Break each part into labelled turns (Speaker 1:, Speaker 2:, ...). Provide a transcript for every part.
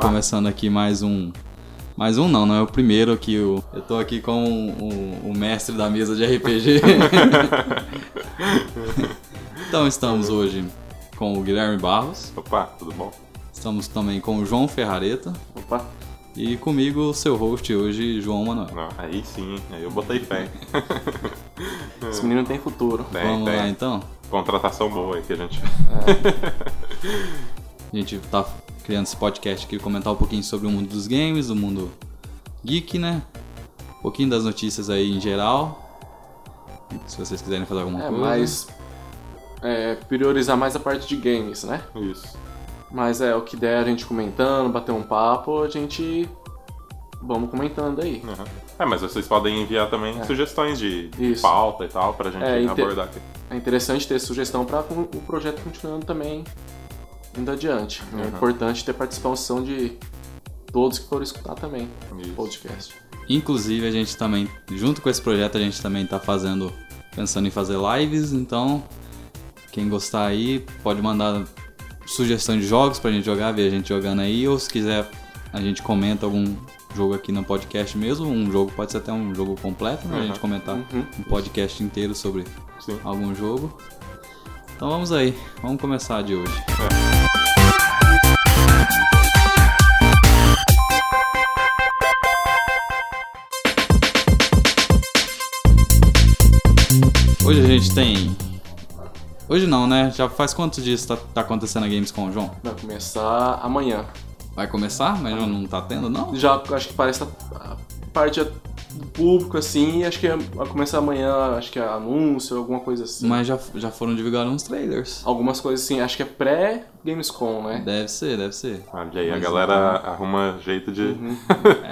Speaker 1: começando aqui mais um. Mais um não, não é o primeiro que eu, eu tô aqui com o, o- o mestre da mesa de RPG. então estamos hoje com o Guilherme Barros,
Speaker 2: Opa, tudo bom?
Speaker 1: estamos também com o João Ferrareta
Speaker 2: Opa.
Speaker 1: e comigo o seu host hoje, João Manuel.
Speaker 2: Não, aí sim, aí eu botei fé.
Speaker 3: Esse menino tem futuro.
Speaker 2: Tem,
Speaker 1: Vamos lá
Speaker 2: tem.
Speaker 1: então?
Speaker 2: Contratação boa aí que a gente.
Speaker 1: A gente tá criando esse podcast aqui, comentar um pouquinho sobre o mundo dos games, o mundo geek, né? Um pouquinho das notícias aí em geral. Se vocês quiserem fazer alguma
Speaker 3: É,
Speaker 1: coisa.
Speaker 2: né?
Speaker 3: mas. É, priorizar mais a parte de games, né?
Speaker 2: Isso.
Speaker 3: Mas é, o que der, a gente comentando, bater um papo, a gente. Vamos comentando aí.
Speaker 2: Uhum. É, mas vocês podem enviar também sugestões de
Speaker 3: Isso.
Speaker 2: pauta e tal pra gente
Speaker 3: É, inte-
Speaker 2: abordar aqui.
Speaker 3: É interessante ter sugestão para o projeto continuando também indo adiante. É
Speaker 2: Uhum.
Speaker 3: importante ter participação de todos que foram escutar também o
Speaker 2: Isso.
Speaker 3: podcast.
Speaker 1: Inclusive a gente também, junto com esse projeto, a gente também tá fazendo, pensando em fazer lives, então quem gostar aí pode mandar sugestão de jogos pra gente jogar, ver a gente jogando aí, ou se quiser a gente comenta algum jogo aqui no podcast mesmo, um jogo pode ser até um jogo completo, né? A gente
Speaker 2: Uhum.
Speaker 1: comentar
Speaker 3: Uhum.
Speaker 1: um podcast inteiro sobre
Speaker 2: Sim.
Speaker 1: algum jogo. Então vamos aí, vamos começar de hoje. Hoje a gente tem. Hoje não, né? Já faz quantos dias tá, tá acontecendo a Gamescom, João?
Speaker 3: Vai começar amanhã.
Speaker 1: Vai começar? Mas não não tá tendo, não?
Speaker 3: Já acho que parece a a parte é do público assim, e acho que vai começar amanhã, acho que é anúncio, alguma coisa assim.
Speaker 1: Mas já, já foram divulgados uns trailers.
Speaker 3: Algumas coisas assim, acho que é pré-Gamescom, né?
Speaker 1: Deve ser, deve ser.
Speaker 2: Olha aí, a
Speaker 1: Mas
Speaker 2: galera arruma jeito de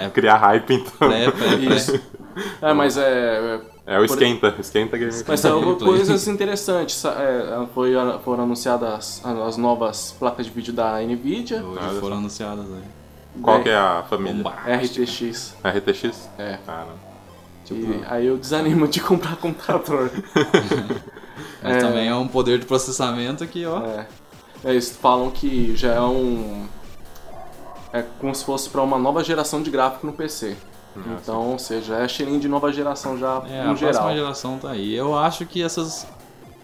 Speaker 1: É
Speaker 2: criar hype, então.
Speaker 1: pré, pré, pré.
Speaker 3: Isso. É, mas é. é-
Speaker 2: É o
Speaker 3: Por-
Speaker 2: esquenta, esquenta game.
Speaker 3: Mas é são
Speaker 1: Gameplay.
Speaker 3: coisas interessantes. assim sa- é, foi, foram anunciadas as, as novas placas de vídeo da Nvidia. né?
Speaker 1: Hoje
Speaker 2: Olha
Speaker 1: foram anunciadas aí.
Speaker 2: Qual que é a família?
Speaker 1: Bomba.
Speaker 3: RTX.
Speaker 2: RTX?
Speaker 3: É.
Speaker 2: Ah, não.
Speaker 3: E aí eu desanimo de comprar computador.
Speaker 1: Mas
Speaker 3: É.
Speaker 1: também é um poder de processamento que, ó.
Speaker 3: É. Eles falam que já é um. É como se fosse para uma nova geração de gráfico no PC. então, ou seja, é cheirinho de nova geração já
Speaker 1: É, a
Speaker 3: no geral.
Speaker 1: próxima geração tá aí. Eu acho que essas.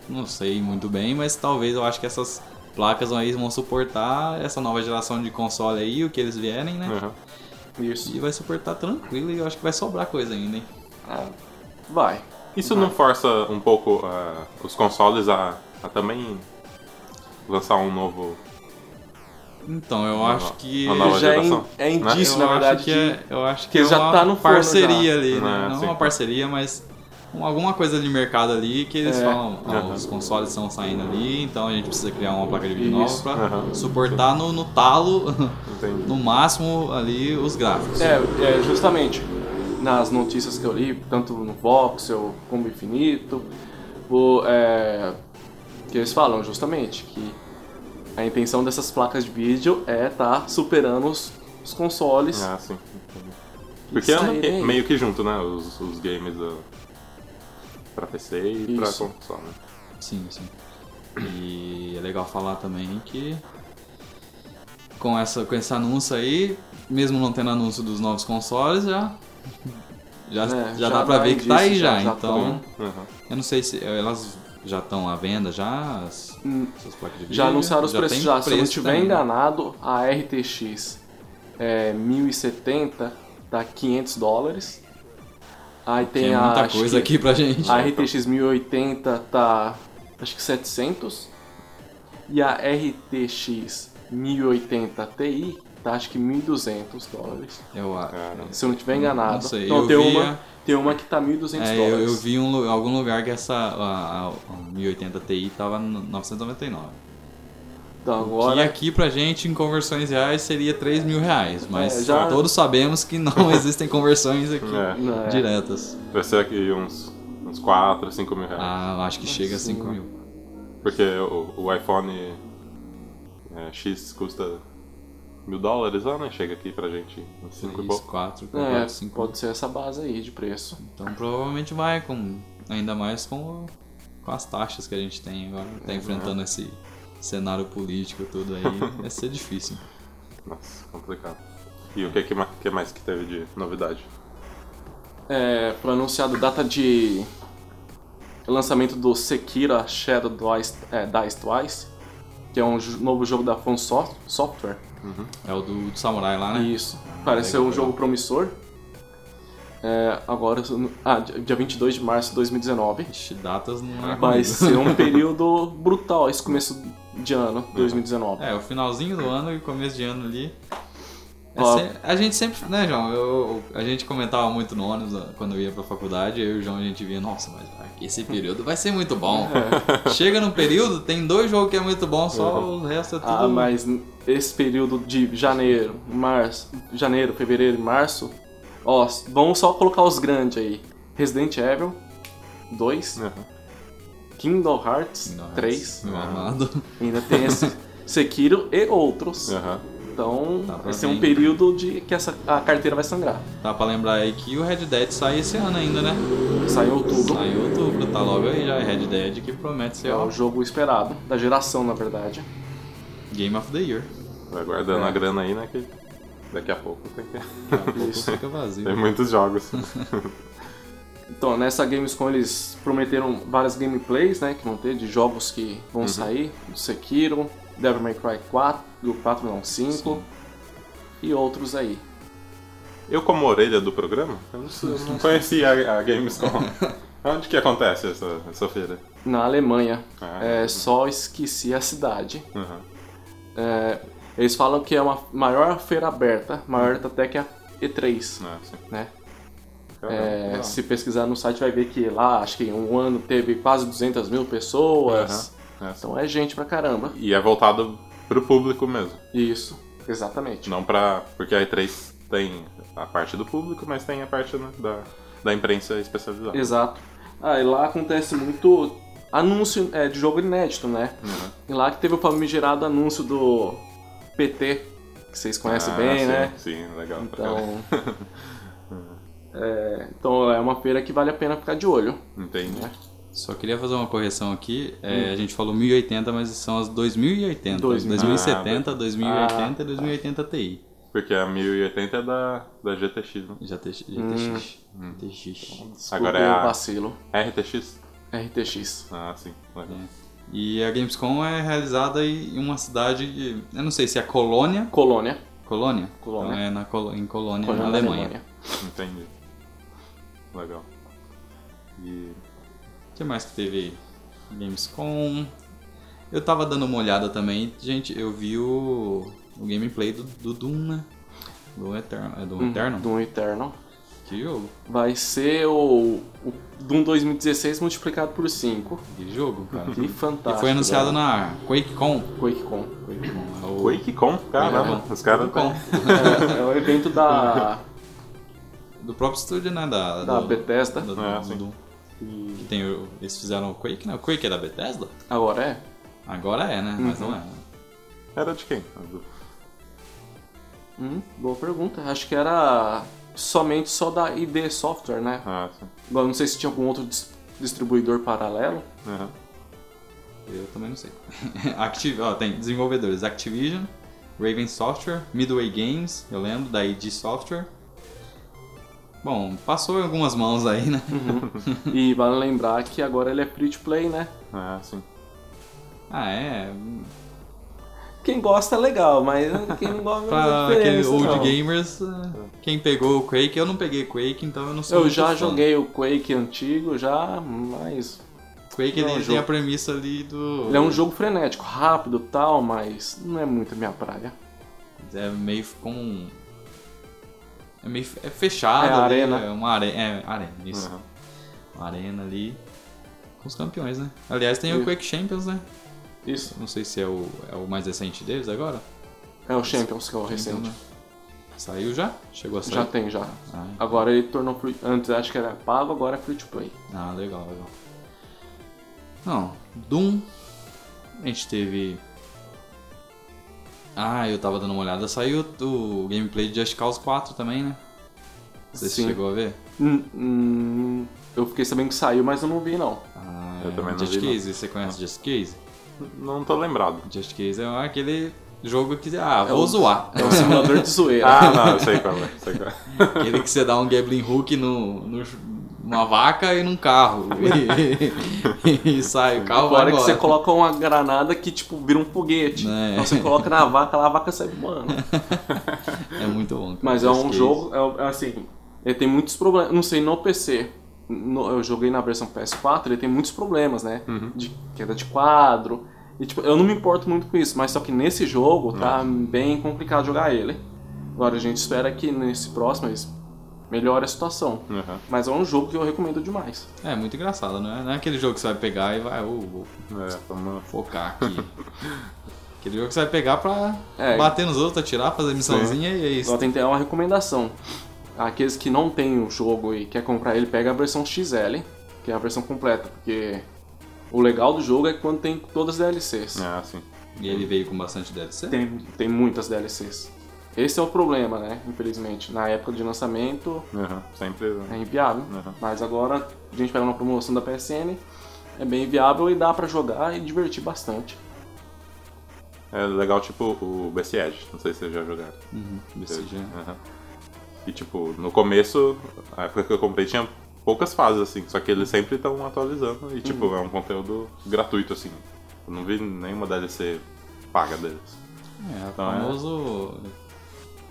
Speaker 1: Não sei muito bem, mas talvez eu acho que essas placas aí vão suportar essa nova geração de console aí, o que eles vierem, né?
Speaker 2: Uhum.
Speaker 3: Isso.
Speaker 1: E vai suportar tranquilo e eu acho que vai sobrar coisa ainda, hein?
Speaker 3: Ah, vai.
Speaker 2: Isso não força um pouco ah, os consoles a, a também lançar um novo.
Speaker 1: Então, eu
Speaker 2: Uma
Speaker 1: acho
Speaker 2: no-
Speaker 1: que.
Speaker 2: uma nova
Speaker 1: Eu
Speaker 3: já é,
Speaker 2: geração,
Speaker 3: in- é
Speaker 2: né?
Speaker 3: indício, na
Speaker 1: acho
Speaker 3: verdade,
Speaker 1: que
Speaker 3: de-
Speaker 1: é, eu acho que
Speaker 3: que
Speaker 1: é
Speaker 3: já
Speaker 1: uma
Speaker 3: tá no forno
Speaker 1: parceria ali, né?
Speaker 2: Ah,
Speaker 1: Não
Speaker 2: sim.
Speaker 1: uma parceria, mas um- alguma coisa de mercado ali que eles
Speaker 3: É.
Speaker 1: falam, ó,
Speaker 2: Aham.
Speaker 1: os consoles estão saindo ali, então a gente precisa criar uma placa de vídeo
Speaker 3: Isso.
Speaker 1: nova pra
Speaker 2: Aham.
Speaker 1: suportar no, no talo,
Speaker 2: Entendi.
Speaker 1: no máximo ali os gráficos.
Speaker 3: É, é, justamente nas notícias que eu li, tanto no Voxel como Infinito, o, é, que eles falam justamente que a intenção dessas placas de vídeo é estar superando os, os consoles.
Speaker 2: Ah, sim. Entendi. Porque
Speaker 3: Isso
Speaker 2: anda
Speaker 3: aí,
Speaker 2: que-
Speaker 3: né?
Speaker 2: meio que junto, né? Os, os games do... pra PC e pra
Speaker 3: Isso.
Speaker 2: console. né?
Speaker 1: Sim, sim. E é legal falar também que com, essa, com esse anúncio aí, mesmo não tendo anúncio dos novos consoles, já. Já,
Speaker 3: É,
Speaker 1: já,
Speaker 3: já
Speaker 1: dá pra
Speaker 3: dá
Speaker 1: ver que tá aí
Speaker 3: indício,
Speaker 1: já,
Speaker 3: já- já
Speaker 1: então.
Speaker 2: Uhum.
Speaker 1: Eu não sei se eh, elas já estão à venda já, as,
Speaker 3: Hum,
Speaker 1: essas placas de vídeo.
Speaker 3: Já anunciaram os preços
Speaker 1: tem
Speaker 3: já. Se eu não
Speaker 1: preço
Speaker 3: estiver
Speaker 1: também. né?
Speaker 3: enganado, a RTX é 1070 tá 500 dólares. Aí tem,
Speaker 1: Tem
Speaker 3: a
Speaker 1: é muita
Speaker 3: acho
Speaker 1: coisa
Speaker 3: que-
Speaker 1: aqui pra gente.
Speaker 3: A RTX 1080 tá acho que 700 e a RTX 1080 Ti tá acho que 1200 dólares.
Speaker 1: Eu acho.
Speaker 2: Cara,
Speaker 3: Se eu não estiver enganado.
Speaker 1: Não sei,
Speaker 3: então
Speaker 1: Hum, eu
Speaker 3: tem
Speaker 1: vi
Speaker 3: uma,
Speaker 1: a-
Speaker 3: tem uma que tá 1200
Speaker 1: É, eu,
Speaker 3: dólares.
Speaker 1: eu vi em algum lugar que essa a, a- a 1080 Ti tava no 999.
Speaker 3: Então
Speaker 1: E
Speaker 3: agora
Speaker 1: aqui pra gente, em conversões reais, seria 3 mil reais. Mas
Speaker 3: É, já-
Speaker 1: todos sabemos que não existem conversões aqui
Speaker 2: É,
Speaker 3: né,
Speaker 1: diretas.
Speaker 2: vai ser aqui uns, uns 4, 5 mil
Speaker 3: É.
Speaker 2: reais.
Speaker 1: Ah, eu acho que chega a 5 mil.
Speaker 3: Ah.
Speaker 2: Porque o, o iPhone é, X custa mil dólares lá, né? Chega aqui pra gente em 5 e
Speaker 1: 3,
Speaker 2: pouco.
Speaker 1: 4,
Speaker 3: é,
Speaker 1: 5
Speaker 3: pode ser essa base aí de preço.
Speaker 1: Então provavelmente vai, com, ainda mais com, com as taxas que a gente
Speaker 3: Uhum.
Speaker 1: tem agora, tá enfrentando esse cenário político tudo aí, vai ser difícil.
Speaker 2: Nossa, complicado. E o que, que, ma- que mais que teve de novidade?
Speaker 3: É, foi anunciado data de lançamento do Sekira Shadow Dice, é, Dice Twice, que é um jo- novo jogo da From Soft- Software.
Speaker 1: É o do, do samurai lá, né?
Speaker 3: Isso. Parece ser
Speaker 1: legal,
Speaker 3: um
Speaker 1: legal.
Speaker 3: jogo promissor. É, agora, ah, dia 22 de março de 2019.
Speaker 1: Ixi, datas não é.
Speaker 3: Vai
Speaker 1: comigo.
Speaker 3: ser um período brutal esse começo de ano, 2019.
Speaker 1: É, o finalzinho do ano e o começo de ano ali. É
Speaker 3: Ó.
Speaker 1: se- A gente sempre, né, João? Eu- a gente comentava muito no ônibus ó, quando eu ia pra faculdade. Eu e o João a gente via, nossa, mas esse período vai ser muito bom.
Speaker 3: É.
Speaker 1: Chega num período, tem dois jogos que é muito bom, só o resto é tudo.
Speaker 3: Ah, mas esse período de janeiro, março, janeiro, fevereiro e março, ó, vamos só colocar os grandes aí. Resident Evil 2,
Speaker 1: Né?
Speaker 3: Kingdom Hearts
Speaker 1: Nossa,
Speaker 3: 3,
Speaker 1: Meu amado.
Speaker 3: ainda tem esse Sekiro e outros.
Speaker 2: Aham.
Speaker 3: Então,
Speaker 1: Tá É. pra
Speaker 3: vai ser um
Speaker 1: vir.
Speaker 3: período de que essa, a carteira vai sangrar.
Speaker 1: Dá pra lembrar aí que o Red Dead sai esse ano ainda, né?
Speaker 3: Sai em outubro,
Speaker 1: Sai em outubro, tá logo aí já. é Red Dead que promete ser
Speaker 3: é o
Speaker 1: o
Speaker 3: jogo esperado, da geração, na verdade.
Speaker 1: Game of the Year.
Speaker 2: Vai guardando
Speaker 3: É.
Speaker 2: a grana aí, né? Que daqui a pouco tem que.
Speaker 1: Daqui a pouco fica vazio.
Speaker 2: tem muitos jogos.
Speaker 3: Então, nessa Gamescom eles prometeram várias gameplays, né, que vão ter, de jogos que vão sair, do Sekiro, Devil May Cry 4, do 4 não, 5, e outros aí.
Speaker 2: Eu, como orelha do programa, eu não, sei, eu não conhecia a, a Gamescom. Onde que acontece essa, essa feira?
Speaker 3: Na Alemanha,
Speaker 2: Ah,
Speaker 3: é, só esqueci a cidade.
Speaker 2: Aham.
Speaker 3: É, eles falam que é uma maior feira aberta, maior até que a E3,
Speaker 2: Ah, sim.
Speaker 3: né.
Speaker 2: Caramba.
Speaker 3: É, se pesquisar no site vai ver que lá, acho que em um ano teve quase 200 mil pessoas.
Speaker 2: Aham. É, sim.
Speaker 3: Então é gente pra caramba.
Speaker 2: E é voltado pro público mesmo.
Speaker 3: Isso, exatamente.
Speaker 2: Não pra. Porque a E3 tem a parte do público, mas tem a parte né, da, da imprensa especializada.
Speaker 3: Exato. Ah, e lá acontece muito anúncio é, de jogo inédito, né?
Speaker 2: Uhum.
Speaker 3: E lá que teve o famigerado anúncio do PT, que vocês conhecem
Speaker 2: Ah,
Speaker 3: bem,
Speaker 2: sim,
Speaker 3: né?
Speaker 2: Sim, legal. pra caralho.
Speaker 3: Então. é, então é uma feira que vale a pena ficar de olho.
Speaker 2: Entendi.
Speaker 3: né?
Speaker 1: Só queria fazer uma correção aqui. É, A gente falou 1080, mas são as 2080.
Speaker 3: Dois mil. Ah, tá.
Speaker 1: 2070, 2080 e 2080 Ti.
Speaker 2: Porque a 1080 é da, da GTX, né?
Speaker 1: Já Hum. te-
Speaker 3: Hum.
Speaker 1: GTX. GTX.
Speaker 2: Agora
Speaker 3: Desculpa
Speaker 2: é
Speaker 3: o
Speaker 2: a
Speaker 3: vacilo.
Speaker 2: RTX?
Speaker 3: RTX.
Speaker 2: Ah, sim. Legal.
Speaker 1: E a Gamescom é realizada em uma cidade, de- eu não sei se é Colônia.
Speaker 3: Colônia.
Speaker 1: Colônia?
Speaker 3: Colônia.
Speaker 1: Então é na Colo- em Colônia,
Speaker 3: Colônia
Speaker 1: na
Speaker 3: da
Speaker 1: Alemanha.
Speaker 2: Entendi. Legal. E.
Speaker 1: O que mais que teve aí? Gamescom. Eu tava dando uma olhada também, gente, eu vi o, o gameplay do, do Doom, né? Do Eterno. É do Eterno?
Speaker 3: Do Eternal.
Speaker 1: Que jogo?
Speaker 3: Vai ser o, o um Doom 2016 multiplicado por 5.
Speaker 1: Que jogo, cara.
Speaker 3: Que fantástico.
Speaker 1: Uhum. E foi anunciado
Speaker 3: né?
Speaker 1: na QuakeCon.
Speaker 3: QuakeCon.
Speaker 1: É o-
Speaker 2: QuakeCon? Caramba,
Speaker 1: É,
Speaker 2: os caras. tá-
Speaker 1: QuakeCon.
Speaker 3: é, é o evento da,
Speaker 1: Do próprio estúdio, né? Da,
Speaker 3: da
Speaker 1: do,
Speaker 3: Bethesda.
Speaker 1: do-
Speaker 2: É,
Speaker 1: do-
Speaker 2: sim.
Speaker 1: do- que tem o- eles fizeram o Quake, né? O Quake é da Bethesda?
Speaker 3: Agora é?
Speaker 1: Agora é, né? Mas não é.
Speaker 2: Era de quem?
Speaker 3: Hum, boa pergunta. Acho que era somente só da ID Software, né?
Speaker 2: Ah, sim.
Speaker 3: Agora não sei se tinha algum outro dis- distribuidor paralelo.
Speaker 2: Aham.
Speaker 1: Eu também não sei. Activ ó, tem desenvolvedores Activision, Raven Software, Midway Games, eu lembro, da ID Software. Bom, passou em algumas mãos aí, né?
Speaker 3: e vale lembrar que agora ele é free to play, né?
Speaker 2: Ah, sim.
Speaker 1: Ah, é.
Speaker 3: Quem gosta é legal, mas quem não gosta
Speaker 1: Pra
Speaker 3: não é
Speaker 1: aquele
Speaker 3: diferença,
Speaker 1: old
Speaker 3: não.
Speaker 1: gamers, eh, quem pegou o Quake, eu não peguei Quake, então eu não sei.
Speaker 3: Eu já joguei o Quake antigo, já, mas.
Speaker 1: Quake ele
Speaker 3: Não, é um
Speaker 1: tem
Speaker 3: jogo.
Speaker 1: a premissa ali do.
Speaker 3: Ele é um jogo frenético, rápido e tal, mas não é muito minha praia.
Speaker 1: É meio como um. É meio fe- é fechado.
Speaker 3: É
Speaker 1: ali,
Speaker 3: arena.
Speaker 1: É uma arena. É, arena, isso.
Speaker 2: Aham.
Speaker 1: Uma arena ali. Com os campeões, né? Aliás, tem o
Speaker 3: Isso.
Speaker 1: Quake Champions, né?
Speaker 3: Isso.
Speaker 1: Não sei se é o, é o mais recente deles agora.
Speaker 3: É o Champions que é o recente.
Speaker 1: Então, né? Saiu já? Chegou a sair?
Speaker 3: Já tem, já.
Speaker 1: Ah,
Speaker 3: Agora ele tornou free. Antes acho que era pago, agora é free to play.
Speaker 1: Ah, legal, legal. Não, Doom. A gente teve. Ah, eu tava dando uma olhada. Saiu o gameplay de Just Cause 4 também, né? Você
Speaker 3: Sim.
Speaker 1: chegou a ver?
Speaker 3: Hum, hum, eu fiquei sabendo que saiu, mas eu não vi não.
Speaker 1: Ah,
Speaker 2: Eu também não
Speaker 1: Just
Speaker 2: vi, não.
Speaker 1: Case, você conhece Just Case?
Speaker 2: Não tô lembrado.
Speaker 1: Just Case é aquele jogo que, ah,
Speaker 3: É
Speaker 1: vou
Speaker 3: o-
Speaker 1: zoar.
Speaker 3: É um simulador de zoeira.
Speaker 2: Ah, não, eu sei qual é. Sei qual é.
Speaker 1: Aquele que você dá um gambling hook no, no- numa vaca e num carro. E, e sai o carro vai
Speaker 3: Agora que
Speaker 1: embora.
Speaker 3: você coloca uma granada que, tipo, vira um foguete.
Speaker 1: É.
Speaker 3: Então você coloca na vaca, lá a vaca sai voando.
Speaker 1: É muito bom. cara.
Speaker 3: Mas é um
Speaker 2: Esquece.
Speaker 3: jogo, é um- é assim, ele tem muitos problemas. Não sei, no PC, no- eu joguei na versão PS4, ele tem muitos problemas, né? De queda de quadro. E, tipo, eu não me importo muito com isso, mas só que nesse jogo tá bem complicado jogar ele. Agora a gente espera que nesse próximo eles melhore a situação.
Speaker 2: Aham.
Speaker 3: Mas é um jogo que eu recomendo demais.
Speaker 1: É muito engraçado, né? Não é aquele jogo que você vai pegar e vai, "Oh, vou
Speaker 2: É, vamos...
Speaker 1: focar aqui. aquele jogo que você vai pegar pra
Speaker 3: É.
Speaker 1: bater nos outros, atirar, fazer missãozinha e é isso.
Speaker 3: Só tem que ter uma recomendação. Aqueles que não tem o jogo e quer comprar ele, pega a versão XL, que é a versão completa, porque o legal do jogo é quando tem todas as DLCs.
Speaker 2: Ah, sim.
Speaker 1: E ele veio com bastante DLC.
Speaker 3: Tem, tem muitas DLCs. Esse é o problema, né? Infelizmente. Na época de lançamento
Speaker 2: Aham. Sempre.
Speaker 3: é inviável,
Speaker 2: Uhum.
Speaker 3: mas agora a gente pega uma promoção da PSN, é bem viável e dá pra jogar e divertir bastante.
Speaker 2: É legal, tipo, o BC Edge. Não sei se vocês já jogaram.
Speaker 1: Desse jeito.
Speaker 2: Aham. E, tipo, no começo, a época que eu comprei tinha poucas fases, assim. Só que eles sempre estão atualizando. E,
Speaker 1: Uhum.
Speaker 2: tipo, é um conteúdo gratuito, assim. Eu não vi nenhuma DLC paga deles.
Speaker 1: É, o
Speaker 2: Então, é.
Speaker 1: famoso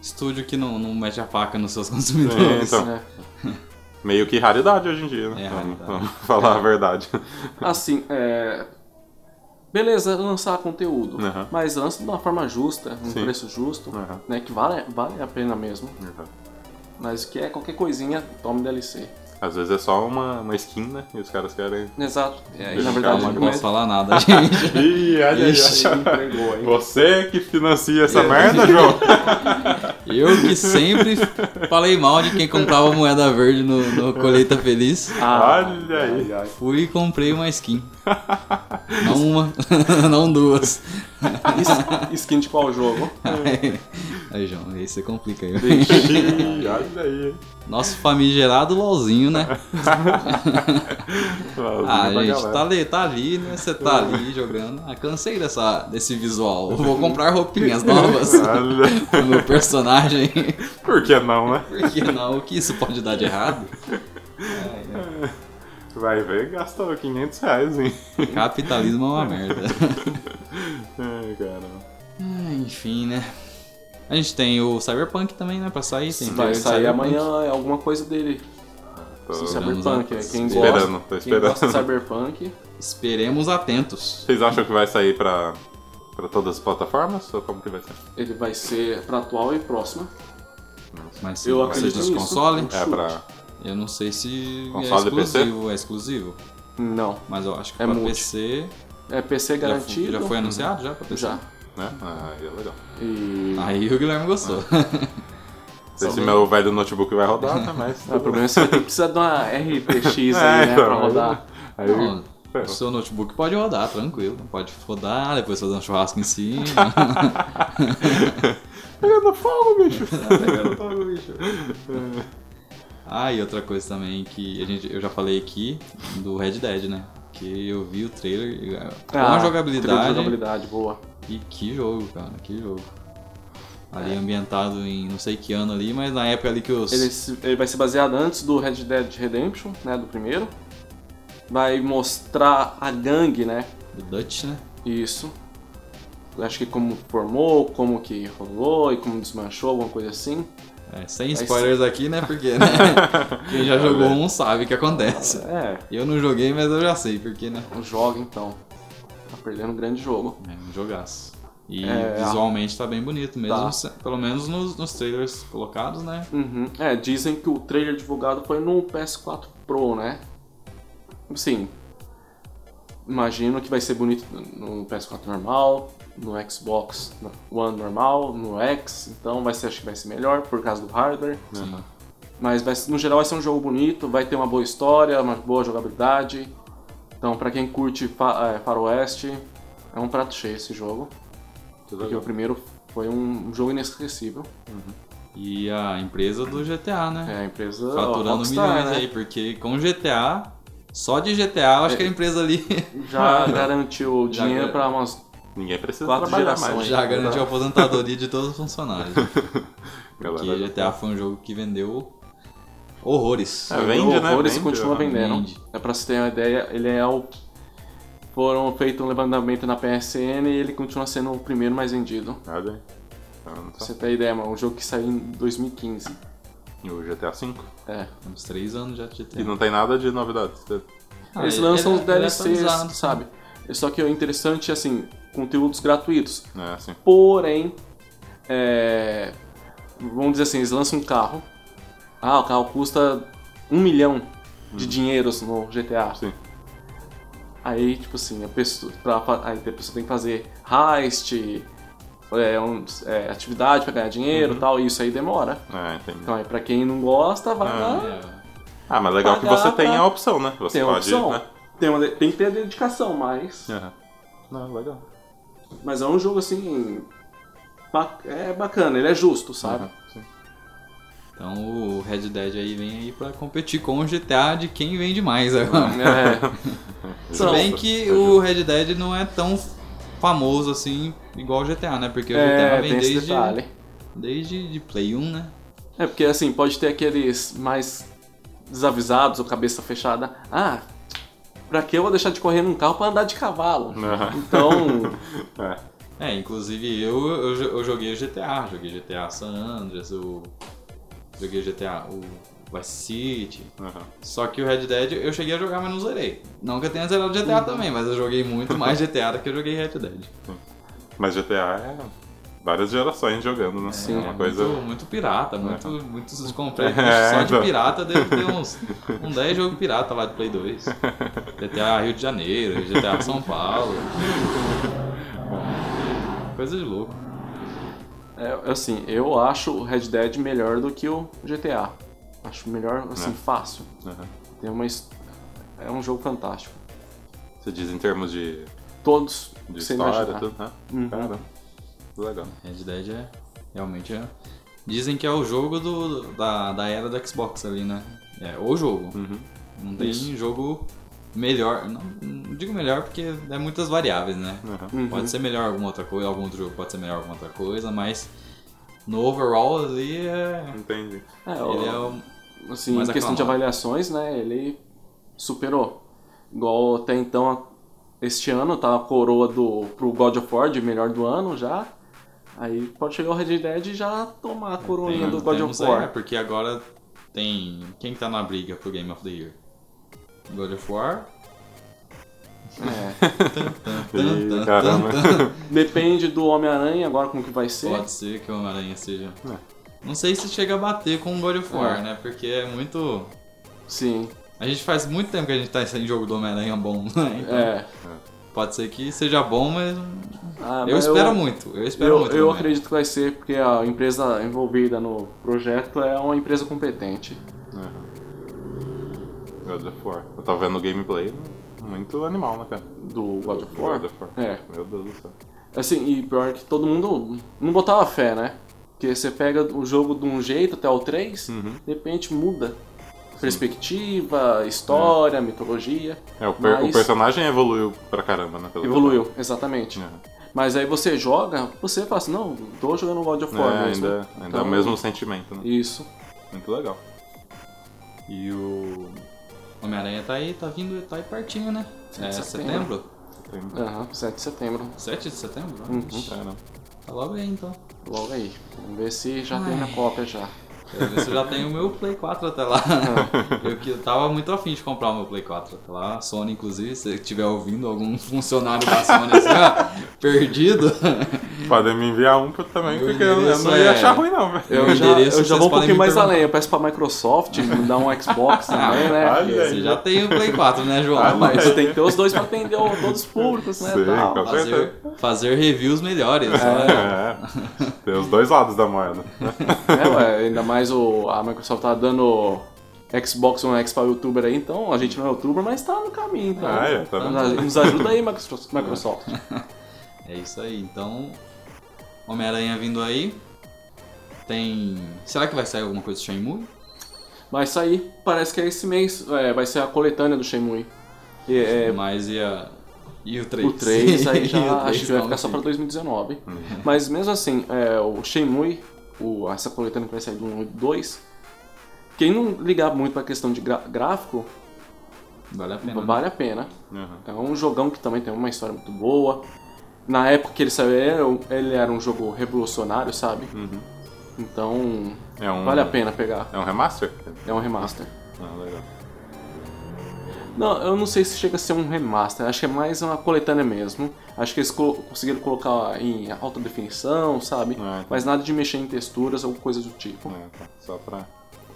Speaker 1: estúdio que não, não mete a faca nos seus
Speaker 2: É,
Speaker 1: consumidores.
Speaker 2: então.
Speaker 3: né?
Speaker 2: Meio que raridade hoje em dia, né?
Speaker 1: É
Speaker 2: vamos,
Speaker 1: raridade.
Speaker 2: vamos falar a verdade.
Speaker 3: Assim, é. Beleza, lançar conteúdo.
Speaker 2: Aham.
Speaker 3: Mas lança de uma forma justa, um
Speaker 2: Sim.
Speaker 3: preço justo,
Speaker 2: Aham.
Speaker 3: né? Que vale, vale a pena mesmo.
Speaker 2: Uhum.
Speaker 3: Mas que é qualquer coisinha, tome DLC.
Speaker 2: Às vezes é só uma, uma skin, né? E os caras querem.
Speaker 3: Exato. É, e na
Speaker 2: Deixa
Speaker 3: verdade,
Speaker 2: eu
Speaker 1: Calma,
Speaker 2: acho
Speaker 1: não
Speaker 2: que
Speaker 1: posso falar nada, gente.
Speaker 2: Ih, olha aí,
Speaker 1: Ixi,
Speaker 2: olha aí.
Speaker 3: entregou, hein?
Speaker 2: Você que financia essa merda, João!
Speaker 1: Eu que sempre falei mal de quem comprava moeda verde no, no Colheita Feliz.
Speaker 3: Ah,
Speaker 2: Olha aí.
Speaker 1: Fui e comprei uma skin. Não uma, não duas.
Speaker 3: Is- Skin de qual jogo?
Speaker 1: Aí, João, aí você complica aí.
Speaker 2: Ixi, olha aí.
Speaker 1: Nosso famigerado LOLzinho, né? Ah, gente, tá ali, tá ali, né? Você tá ali jogando. Ah, cansei dessa, desse visual. Eu Vou comprar roupinhas novas
Speaker 2: Olha.
Speaker 1: pro meu personagem.
Speaker 2: Por que não, né?
Speaker 1: Porque não, o que isso pode dar de errado? né?
Speaker 2: Vai ver, gastou 500 reais, hein?
Speaker 1: Capitalismo é uma merda.
Speaker 2: Ai, caramba.
Speaker 1: Ah, Enfim, né? A gente tem o Cyberpunk também, né? Pra sair. Tem
Speaker 3: Vai
Speaker 1: trailer de
Speaker 3: sair
Speaker 1: Cyberpunk.
Speaker 3: amanhã, é alguma coisa dele.
Speaker 2: Tô
Speaker 1: Esperamos
Speaker 3: Cyberpunk,
Speaker 1: a-
Speaker 3: é, quem
Speaker 1: esperando,
Speaker 3: gosta,
Speaker 2: tô
Speaker 3: quem gosta
Speaker 2: esperando.
Speaker 3: de Cyberpunk,
Speaker 1: Esperemos atentos.
Speaker 2: Vocês acham que vai sair pra, pra todas as plataformas? Ou como que vai ser?
Speaker 3: ele vai ser pra atual e próxima.
Speaker 1: Mas
Speaker 3: Eu
Speaker 1: vai ser
Speaker 3: acredito
Speaker 1: dos
Speaker 3: nisso.
Speaker 1: console.
Speaker 2: É pra.
Speaker 1: Eu não sei se
Speaker 2: Console
Speaker 1: é
Speaker 2: e PC?
Speaker 1: exclusivo. É exclusivo.
Speaker 3: Não.
Speaker 1: Mas eu acho que
Speaker 3: É
Speaker 1: pra
Speaker 3: multi.
Speaker 1: PC.
Speaker 3: É PC
Speaker 1: já fu-
Speaker 3: garantido.
Speaker 1: Já, foi anunciado já pra PC?
Speaker 3: Já.
Speaker 2: né? Ah, aí é legal.
Speaker 3: E.
Speaker 1: Aí o Guilherme
Speaker 3: É.
Speaker 1: gostou.
Speaker 2: Não sei se meu velho notebook vai rodar, né? Mas.
Speaker 3: Ah, o problema é que você vai ter que precisar de uma RTX aí,
Speaker 2: É,
Speaker 3: né,
Speaker 2: então,
Speaker 3: pra
Speaker 2: aí-
Speaker 3: rodar.
Speaker 2: Aí
Speaker 1: Não,
Speaker 2: ferrou.
Speaker 1: o seu notebook pode rodar, tranquilo. Pode rodar, depois fazer um churrasco em cima.
Speaker 2: Pegando fogo, bicho!
Speaker 1: ah, e outra coisa também que a gente, eu já falei aqui do Red Dead, né? Que eu vi o trailer e, ah, com a
Speaker 3: Ah, trilha de
Speaker 1: jogabilidade.
Speaker 3: jogabilidade, boa.
Speaker 1: E que jogo, cara, que jogo. Ali ambientado em não sei que ano ali, mas na época ali que os.
Speaker 3: Ele, se- ele vai ser baseado antes do Red Dead Redemption, né, do primeiro. Vai mostrar a gangue, né?
Speaker 1: O Dutch, né?
Speaker 3: Isso. Eu Acho que como formou, como que rolou e como desmanchou, alguma coisa assim.
Speaker 1: É, sem spoilers aqui, né? Porque, né? Quem já jogou um sabe o que acontece.
Speaker 3: É,
Speaker 1: Eu não joguei, mas eu já sei, porque, né?
Speaker 3: um jogo então. Tá perdendo um grande jogo.
Speaker 1: É um jogaço. E
Speaker 3: É,
Speaker 1: visualmente tá bem bonito mesmo,
Speaker 3: Tá.
Speaker 1: se- pelo menos nos, nos trailers colocados, né?
Speaker 3: Uhum. É, dizem que o trailer divulgado foi no PS4 Pro, né? Sim. Imagino que vai ser bonito no PS4 normal, no Xbox One normal, no X, então vai ser, acho que vai ser melhor por causa do hardware.
Speaker 1: Sim.
Speaker 3: Mas vai- no geral vai ser um jogo bonito, vai ter uma boa história, uma boa jogabilidade. Então pra quem curte fa é, Faroeste, é um prato cheio esse jogo. Porque
Speaker 1: Uhum.
Speaker 3: o primeiro foi um jogo inesquecível.
Speaker 1: E a empresa do GTA, né?
Speaker 3: É, a empresa
Speaker 1: Faturando
Speaker 3: Rockstar,
Speaker 1: milhões
Speaker 3: né?
Speaker 1: aí, porque com
Speaker 3: É.
Speaker 1: GTA, só de GTA, eu acho que a empresa ali
Speaker 3: já garantiu
Speaker 1: Ah, Já
Speaker 3: dinheiro
Speaker 1: gar-
Speaker 3: pra umas
Speaker 2: Ninguém precisa
Speaker 3: Quatro
Speaker 2: trabalhar
Speaker 3: gerações.
Speaker 2: mais.
Speaker 1: Já garantiu a aposentadoria de todos os funcionários.
Speaker 3: É
Speaker 2: Galera,
Speaker 1: Porque GTA foi um jogo que vendeu horrores.
Speaker 2: É, vende, né?
Speaker 3: Horrores
Speaker 2: Vende,
Speaker 3: continua
Speaker 2: né?
Speaker 3: vendendo.
Speaker 1: Vende.
Speaker 3: É pra você ter uma ideia, ele é o. Foram feito um levantamento na PSN e ele continua sendo o primeiro mais vendido.
Speaker 2: Nada, hein? Ah, não
Speaker 3: Pra
Speaker 2: tá.
Speaker 3: você ter ideia, mano, um jogo que saiu em 2015.
Speaker 2: E o GTA V.
Speaker 3: É.
Speaker 1: Uns três anos já de GTA.
Speaker 2: E não tem nada de novidade.
Speaker 1: Ah,
Speaker 3: Eles
Speaker 1: ele-
Speaker 3: lançam
Speaker 1: ele-
Speaker 3: os
Speaker 1: ele é
Speaker 3: DLCs,
Speaker 1: atualizado.
Speaker 3: sabe? Só que o interessante é assim, conteúdos gratuitos.
Speaker 2: É assim.
Speaker 3: Porém, é, vamos dizer assim, eles lançam um carro. Ah, o carro custa um milhão de
Speaker 1: Hum.
Speaker 3: dinheiros no GTA.
Speaker 2: Sim.
Speaker 3: Aí, tipo assim, a pessoa, pra, fa- aí a pessoa tem que fazer heist, é, um- é, atividade pra ganhar dinheiro e
Speaker 2: Uhum.
Speaker 3: tal, e isso aí demora.
Speaker 2: É, entendi.
Speaker 3: Então aí pra quem não gosta, vai
Speaker 2: Ah,
Speaker 3: lá,
Speaker 1: É,
Speaker 2: Ah, mas legal que
Speaker 3: Pagar
Speaker 2: você tem
Speaker 3: pra-
Speaker 2: a opção, né? Você
Speaker 3: tem uma
Speaker 2: pode,
Speaker 3: opção.
Speaker 2: né?
Speaker 3: Tem, uma de- tem que ter a dedicação, mas.
Speaker 2: É. Não, legal.
Speaker 3: Mas é um jogo assim. ba- É bacana, ele é justo, sabe?
Speaker 2: Sim.
Speaker 1: Então o Red Dead aí vem aí pra competir com o GTA de quem vende mais agora.
Speaker 2: Uhum.
Speaker 3: É.
Speaker 1: Se bem que o Red Dead não é tão famoso assim igual o GTA, né? Porque o
Speaker 3: é,
Speaker 1: GTA
Speaker 3: tem
Speaker 1: vem
Speaker 3: esse
Speaker 1: desde,
Speaker 3: detalhe.
Speaker 1: desde de Play 1, né?
Speaker 3: É porque assim, pode ter aqueles mais desavisados ou cabeça fechada. Ah, pra que eu vou deixar de correr num carro pra andar de cavalo?
Speaker 2: Aham.
Speaker 3: Então,
Speaker 2: É.
Speaker 1: É, inclusive eu, eu, jo- eu joguei o GTA, joguei GTA San Andreas, o, joguei GTA o Vice City.
Speaker 2: aham.
Speaker 1: Só que o Red Dead eu cheguei a jogar, mas não zerei. Não que eu tenha zerado
Speaker 3: Uhum.
Speaker 1: GTA também, mas eu joguei muito mais GTA do que eu joguei Red Dead.
Speaker 2: Mas GTA é várias gerações jogando, né?
Speaker 3: Sim.
Speaker 2: É uma coisa.
Speaker 1: muito, muito pirata, muito, muitos completos.
Speaker 2: É,
Speaker 1: Só de
Speaker 2: então.
Speaker 1: pirata deve ter uns, uns 10 jogos pirata lá de Play 2. GTA Rio de Janeiro, GTA São Paulo. Coisa de louco.
Speaker 3: é, assim, eu acho o Red Dead melhor do que o GTA. Acho melhor, assim,
Speaker 2: É.
Speaker 3: fácil.
Speaker 2: Aham.
Speaker 3: Tem uma. his- É um jogo fantástico.
Speaker 2: Você diz em termos de,
Speaker 3: Todos
Speaker 2: de
Speaker 3: sem Uhum.
Speaker 2: história
Speaker 3: imaginar.
Speaker 2: tudo, né? Caramba. Legal.
Speaker 1: Red Dead é realmente é. Dizem que é o jogo do, da, da era do Xbox ali, né? É o jogo.
Speaker 2: Uhum.
Speaker 1: Não tem jogo melhor. Não, não digo melhor porque é muitas variáveis, né?
Speaker 3: Hum.
Speaker 2: Uhum.
Speaker 1: Pode ser melhor alguma outra coisa, algum outro jogo pode ser melhor alguma outra coisa, mas no overall ali é.
Speaker 2: Entendi.
Speaker 3: É,
Speaker 1: Ele é
Speaker 3: o-
Speaker 1: o.
Speaker 3: assim,
Speaker 1: mais
Speaker 3: em questão
Speaker 1: aclamado.
Speaker 3: de avaliações, né, ele superou. Igual até então, a- este ano tá a coroa do pro God of War de melhor do ano já. Aí pode chegar o Red Dead e já tomar a coroinha do God
Speaker 1: temos
Speaker 3: of
Speaker 1: aí, né?
Speaker 3: War.
Speaker 1: porque agora tem. Quem tá na briga pro Game of the Year? God of War?
Speaker 3: É.
Speaker 2: Ih, caramba.
Speaker 3: Depende do Homem-Aranha agora como que vai ser.
Speaker 1: Pode ser que o Homem-Aranha seja.
Speaker 2: É.
Speaker 1: Não sei se chega a bater com o God of War,
Speaker 3: É.
Speaker 1: né? Porque é muito.
Speaker 3: Sim.
Speaker 1: A gente faz muito tempo que a gente tá sem jogo do Homem-Aranha bom, né? Então,
Speaker 3: É.
Speaker 1: Pode ser que seja bom, mas.
Speaker 3: Ah,
Speaker 1: eu
Speaker 3: mas
Speaker 1: espero muito. Eu espero
Speaker 3: Eu,
Speaker 1: muito. do
Speaker 3: eu
Speaker 1: Homem-Aranha.
Speaker 3: acredito que vai ser porque a empresa envolvida no projeto é uma empresa competente.
Speaker 2: Aham. God of War. Eu tava vendo o gameplay muito animal, né, cara?
Speaker 3: Do God of War?
Speaker 2: God of War.
Speaker 3: É.
Speaker 2: Meu Deus do céu.
Speaker 3: Assim, e pior que todo mundo não botava fé, né? Porque você pega o jogo de um jeito até o 3,
Speaker 2: Hum.
Speaker 3: de repente muda. Perspectiva, história, mitologia.
Speaker 2: É, o, per-
Speaker 3: Mas
Speaker 2: o personagem evoluiu pra caramba, né? pelo
Speaker 3: Evoluiu, exatamente.
Speaker 2: que eu tava- É.
Speaker 3: Mas aí você joga, você fala assim, não, tô jogando God of War
Speaker 2: É,
Speaker 3: mesmo.
Speaker 2: ainda, ainda é
Speaker 3: Então,
Speaker 2: o mesmo sentimento, né?
Speaker 3: Isso.
Speaker 2: Muito legal. E o.
Speaker 1: Homem-Aranha tá aí, tá vindo, tá aí pertinho, né? É
Speaker 3: Sete de
Speaker 1: setembro?
Speaker 2: Tem...
Speaker 3: Aham, 7 de setembro.
Speaker 1: 7 de setembro?
Speaker 3: Uhum,
Speaker 2: É, né?
Speaker 1: Tá logo aí então.
Speaker 3: Logo aí. Vamos ver se já tem
Speaker 1: Ai.
Speaker 3: na cópia já.
Speaker 1: Quero ver se eu já tenho o meu Play 4 até lá. Eu que eu tava muito afim de comprar o meu Play 4 até lá. A Sony, inclusive, se você estiver ouvindo algum funcionário da Sony assim, ó, perdido.
Speaker 2: Podem me enviar um pra- também,
Speaker 1: Meu
Speaker 2: porque eu, eu
Speaker 1: endereço
Speaker 2: não ia
Speaker 1: é-
Speaker 2: achar ruim, não, velho.
Speaker 1: Meu
Speaker 3: Eu já,
Speaker 1: endereço
Speaker 3: eu
Speaker 1: vocês
Speaker 3: já vou um
Speaker 1: podem
Speaker 3: pouquinho
Speaker 1: me
Speaker 3: mais
Speaker 1: perguntar.
Speaker 3: além, eu peço pra Microsoft me dar um Xbox também, né?
Speaker 2: Olha
Speaker 3: Porque-
Speaker 2: aí.
Speaker 1: Você já tem o Play 4, né, João?
Speaker 2: Ah,
Speaker 3: Mas
Speaker 1: Mas
Speaker 3: você tem que ter os dois pra atender o- todos os públicos, né?
Speaker 2: Sim,
Speaker 3: tal.
Speaker 2: com
Speaker 1: fazer, fazer reviews melhores, né?
Speaker 2: É, tem os dois lados da moeda.
Speaker 3: É, ué, ainda mais o, a Microsoft tá dando Xbox One X pra youtuber aí, então a gente não é youtuber, mas tá no caminho. Então,
Speaker 2: Ah, é, tá
Speaker 3: nos, nos ajuda aí, Microsoft. Microsoft.
Speaker 1: É isso aí. Então, Homem-Aranha vindo aí. Tem. Será que vai sair alguma coisa do Shenmue?
Speaker 3: Vai sair, parece que é esse mês, é, vai ser a coletânea do Shenmue. E, é,
Speaker 1: Mas e a. E o 3.
Speaker 3: O 3 aí
Speaker 1: E o
Speaker 3: já
Speaker 1: três Uhum.
Speaker 3: acho que vai
Speaker 1: tá
Speaker 3: ficar só
Speaker 1: no
Speaker 3: pra
Speaker 1: fim.
Speaker 3: 2019. Mas mesmo assim, é, o Shenmue, o, essa coletânea que vai sair do 1 e do 2, quem não ligar muito pra questão de gra- gráfico,
Speaker 1: Vale a pena. né? Uhum.
Speaker 3: vale a pena.
Speaker 2: Aham.
Speaker 3: É um jogão que também tem uma história muito boa. Na época que ele saiu, ele era um- ele era um jogo revolucionário, sabe?
Speaker 2: Uhum.
Speaker 3: Então,
Speaker 2: É um,
Speaker 3: vale a pena pegar.
Speaker 2: É um remaster?
Speaker 3: É um remaster.
Speaker 2: Ah, legal.
Speaker 3: Não, eu não sei se chega a ser um remaster, acho que é mais uma coletânea mesmo. Acho que eles colo- conseguiram colocar em alta definição, sabe?
Speaker 2: Ah, tá.
Speaker 3: Mas nada de mexer em texturas ou coisa do tipo.
Speaker 2: É, tá. Só pra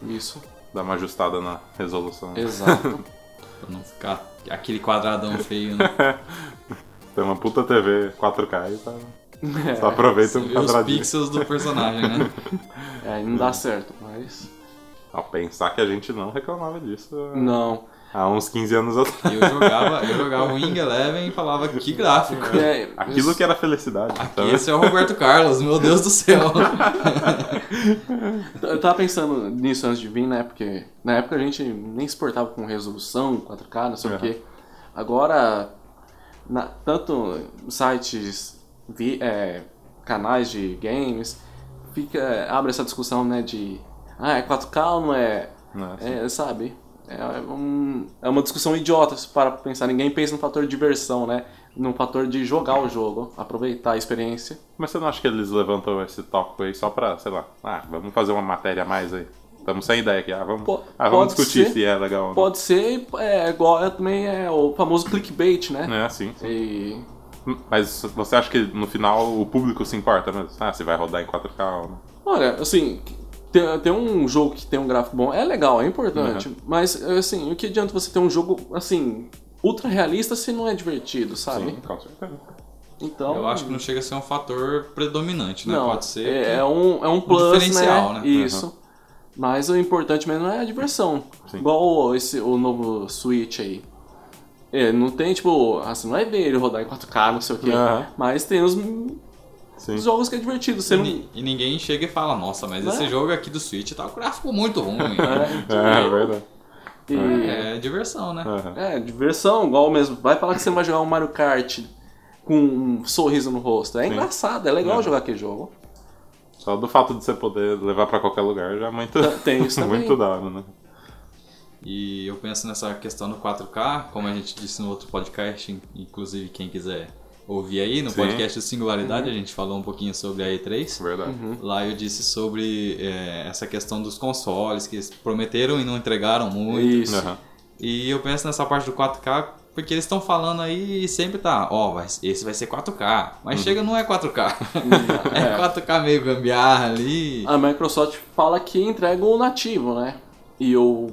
Speaker 3: Isso,
Speaker 2: dar uma ajustada na resolução.
Speaker 3: exato.
Speaker 1: Pra não ficar aquele quadradão feio, né?
Speaker 2: Tem uma puta TV 4K e tá...
Speaker 3: É,
Speaker 2: só aproveita
Speaker 1: Você
Speaker 2: um
Speaker 1: vê os
Speaker 2: quadradinho.
Speaker 1: pixels do personagem, né?
Speaker 3: é, não dá certo, mas.
Speaker 2: Ao pensar que a gente não reclamava disso é,
Speaker 3: Não.
Speaker 2: há uns 15 anos atrás.
Speaker 1: Eu jogava, eu jogava Wing Eleven e falava que gráfico.
Speaker 3: É,
Speaker 2: Aquilo que era felicidade.
Speaker 1: Aqui
Speaker 2: sabe?
Speaker 1: esse é o Roberto Carlos, meu Deus do céu.
Speaker 3: Eu tava pensando nisso antes de vir, né? Porque na época a gente nem exportava com resolução 4K, não sei o
Speaker 2: Aham.
Speaker 3: quê. Agora, na- tanto sites, vi- é, canais de games, fica, abre essa discussão, né? De, ah, é 4K ou não é?
Speaker 2: Não, assim,
Speaker 3: É, sabe? É, um- é uma discussão idiota se para pra pensar. Ninguém pensa no fator diversão, né? No fator de jogar o jogo, aproveitar a experiência.
Speaker 2: Mas você não acha que eles levantam esse tópico aí só pra, sei lá, ah, vamos fazer uma matéria a mais aí? Estamos sem ideia aqui, ah, vamos,
Speaker 3: Po-
Speaker 2: ah, vamos
Speaker 3: pode
Speaker 2: discutir
Speaker 3: ser.
Speaker 2: se é legal ou não.
Speaker 3: Pode ser, é, igual é, também é o famoso clickbait, né?
Speaker 2: É, sim. sim.
Speaker 3: E
Speaker 2: Mas você acha que no final o público se importa mesmo? Ah, se vai rodar em 4K ou não?
Speaker 3: olha, assim, ter, ter um jogo que tem um gráfico bom é legal, é importante,
Speaker 1: Uhum.
Speaker 3: mas assim, o que adianta você ter um jogo assim ultra realista se não é divertido, sabe?
Speaker 2: Sim, com certeza.
Speaker 3: Então,
Speaker 1: Eu acho que não chega a ser um fator predominante, né?
Speaker 3: não,
Speaker 1: Pode ser.
Speaker 3: é,
Speaker 1: que-
Speaker 3: é um é um plus,
Speaker 1: diferencial,
Speaker 3: né?
Speaker 1: né?
Speaker 3: Isso. Mas o importante mesmo é a diversão.
Speaker 2: Sim.
Speaker 3: Igual esse o novo Switch aí. É, não tem, tipo, assim, não é ver ele rodar em 4K, não sei o quê.
Speaker 2: Aham.
Speaker 3: Mas tem os
Speaker 2: Sim.
Speaker 3: os jogos que é divertido. Você não,
Speaker 1: E ninguém chega e fala, nossa, mas
Speaker 3: Né?
Speaker 1: esse jogo aqui do Switch tá um gráfico muito ruim.
Speaker 2: É, é verdade.
Speaker 3: e-
Speaker 1: é diversão, né?
Speaker 2: Aham.
Speaker 3: É, diversão, igual mesmo. Vai falar que você vai jogar um Mario Kart com um sorriso no rosto. É engraçado, é legal jogar aquele jogo.
Speaker 2: Só do fato de você poder levar pra qualquer lugar já é muito,
Speaker 3: Tem isso também.
Speaker 2: muito da hora, né?
Speaker 1: E eu penso nessa questão do 4K, como a gente disse no outro podcast, in- inclusive quem quiser ouvir aí, no
Speaker 2: Sim.
Speaker 1: podcast do Singularidade, a gente falou um pouquinho sobre a E3.
Speaker 2: É Verdade.
Speaker 1: Lá eu disse sobre eh, essa questão dos consoles, que eles prometeram e não entregaram muito.
Speaker 3: Isso.
Speaker 2: Aham.
Speaker 1: E eu penso nessa parte do 4K, porque eles estão falando aí e sempre tá, ó, vai- esse vai ser 4K, mas chega não é 4K. é 4K meio gambiarra ali.
Speaker 3: A Microsoft fala que entrega o nativo, né? E o,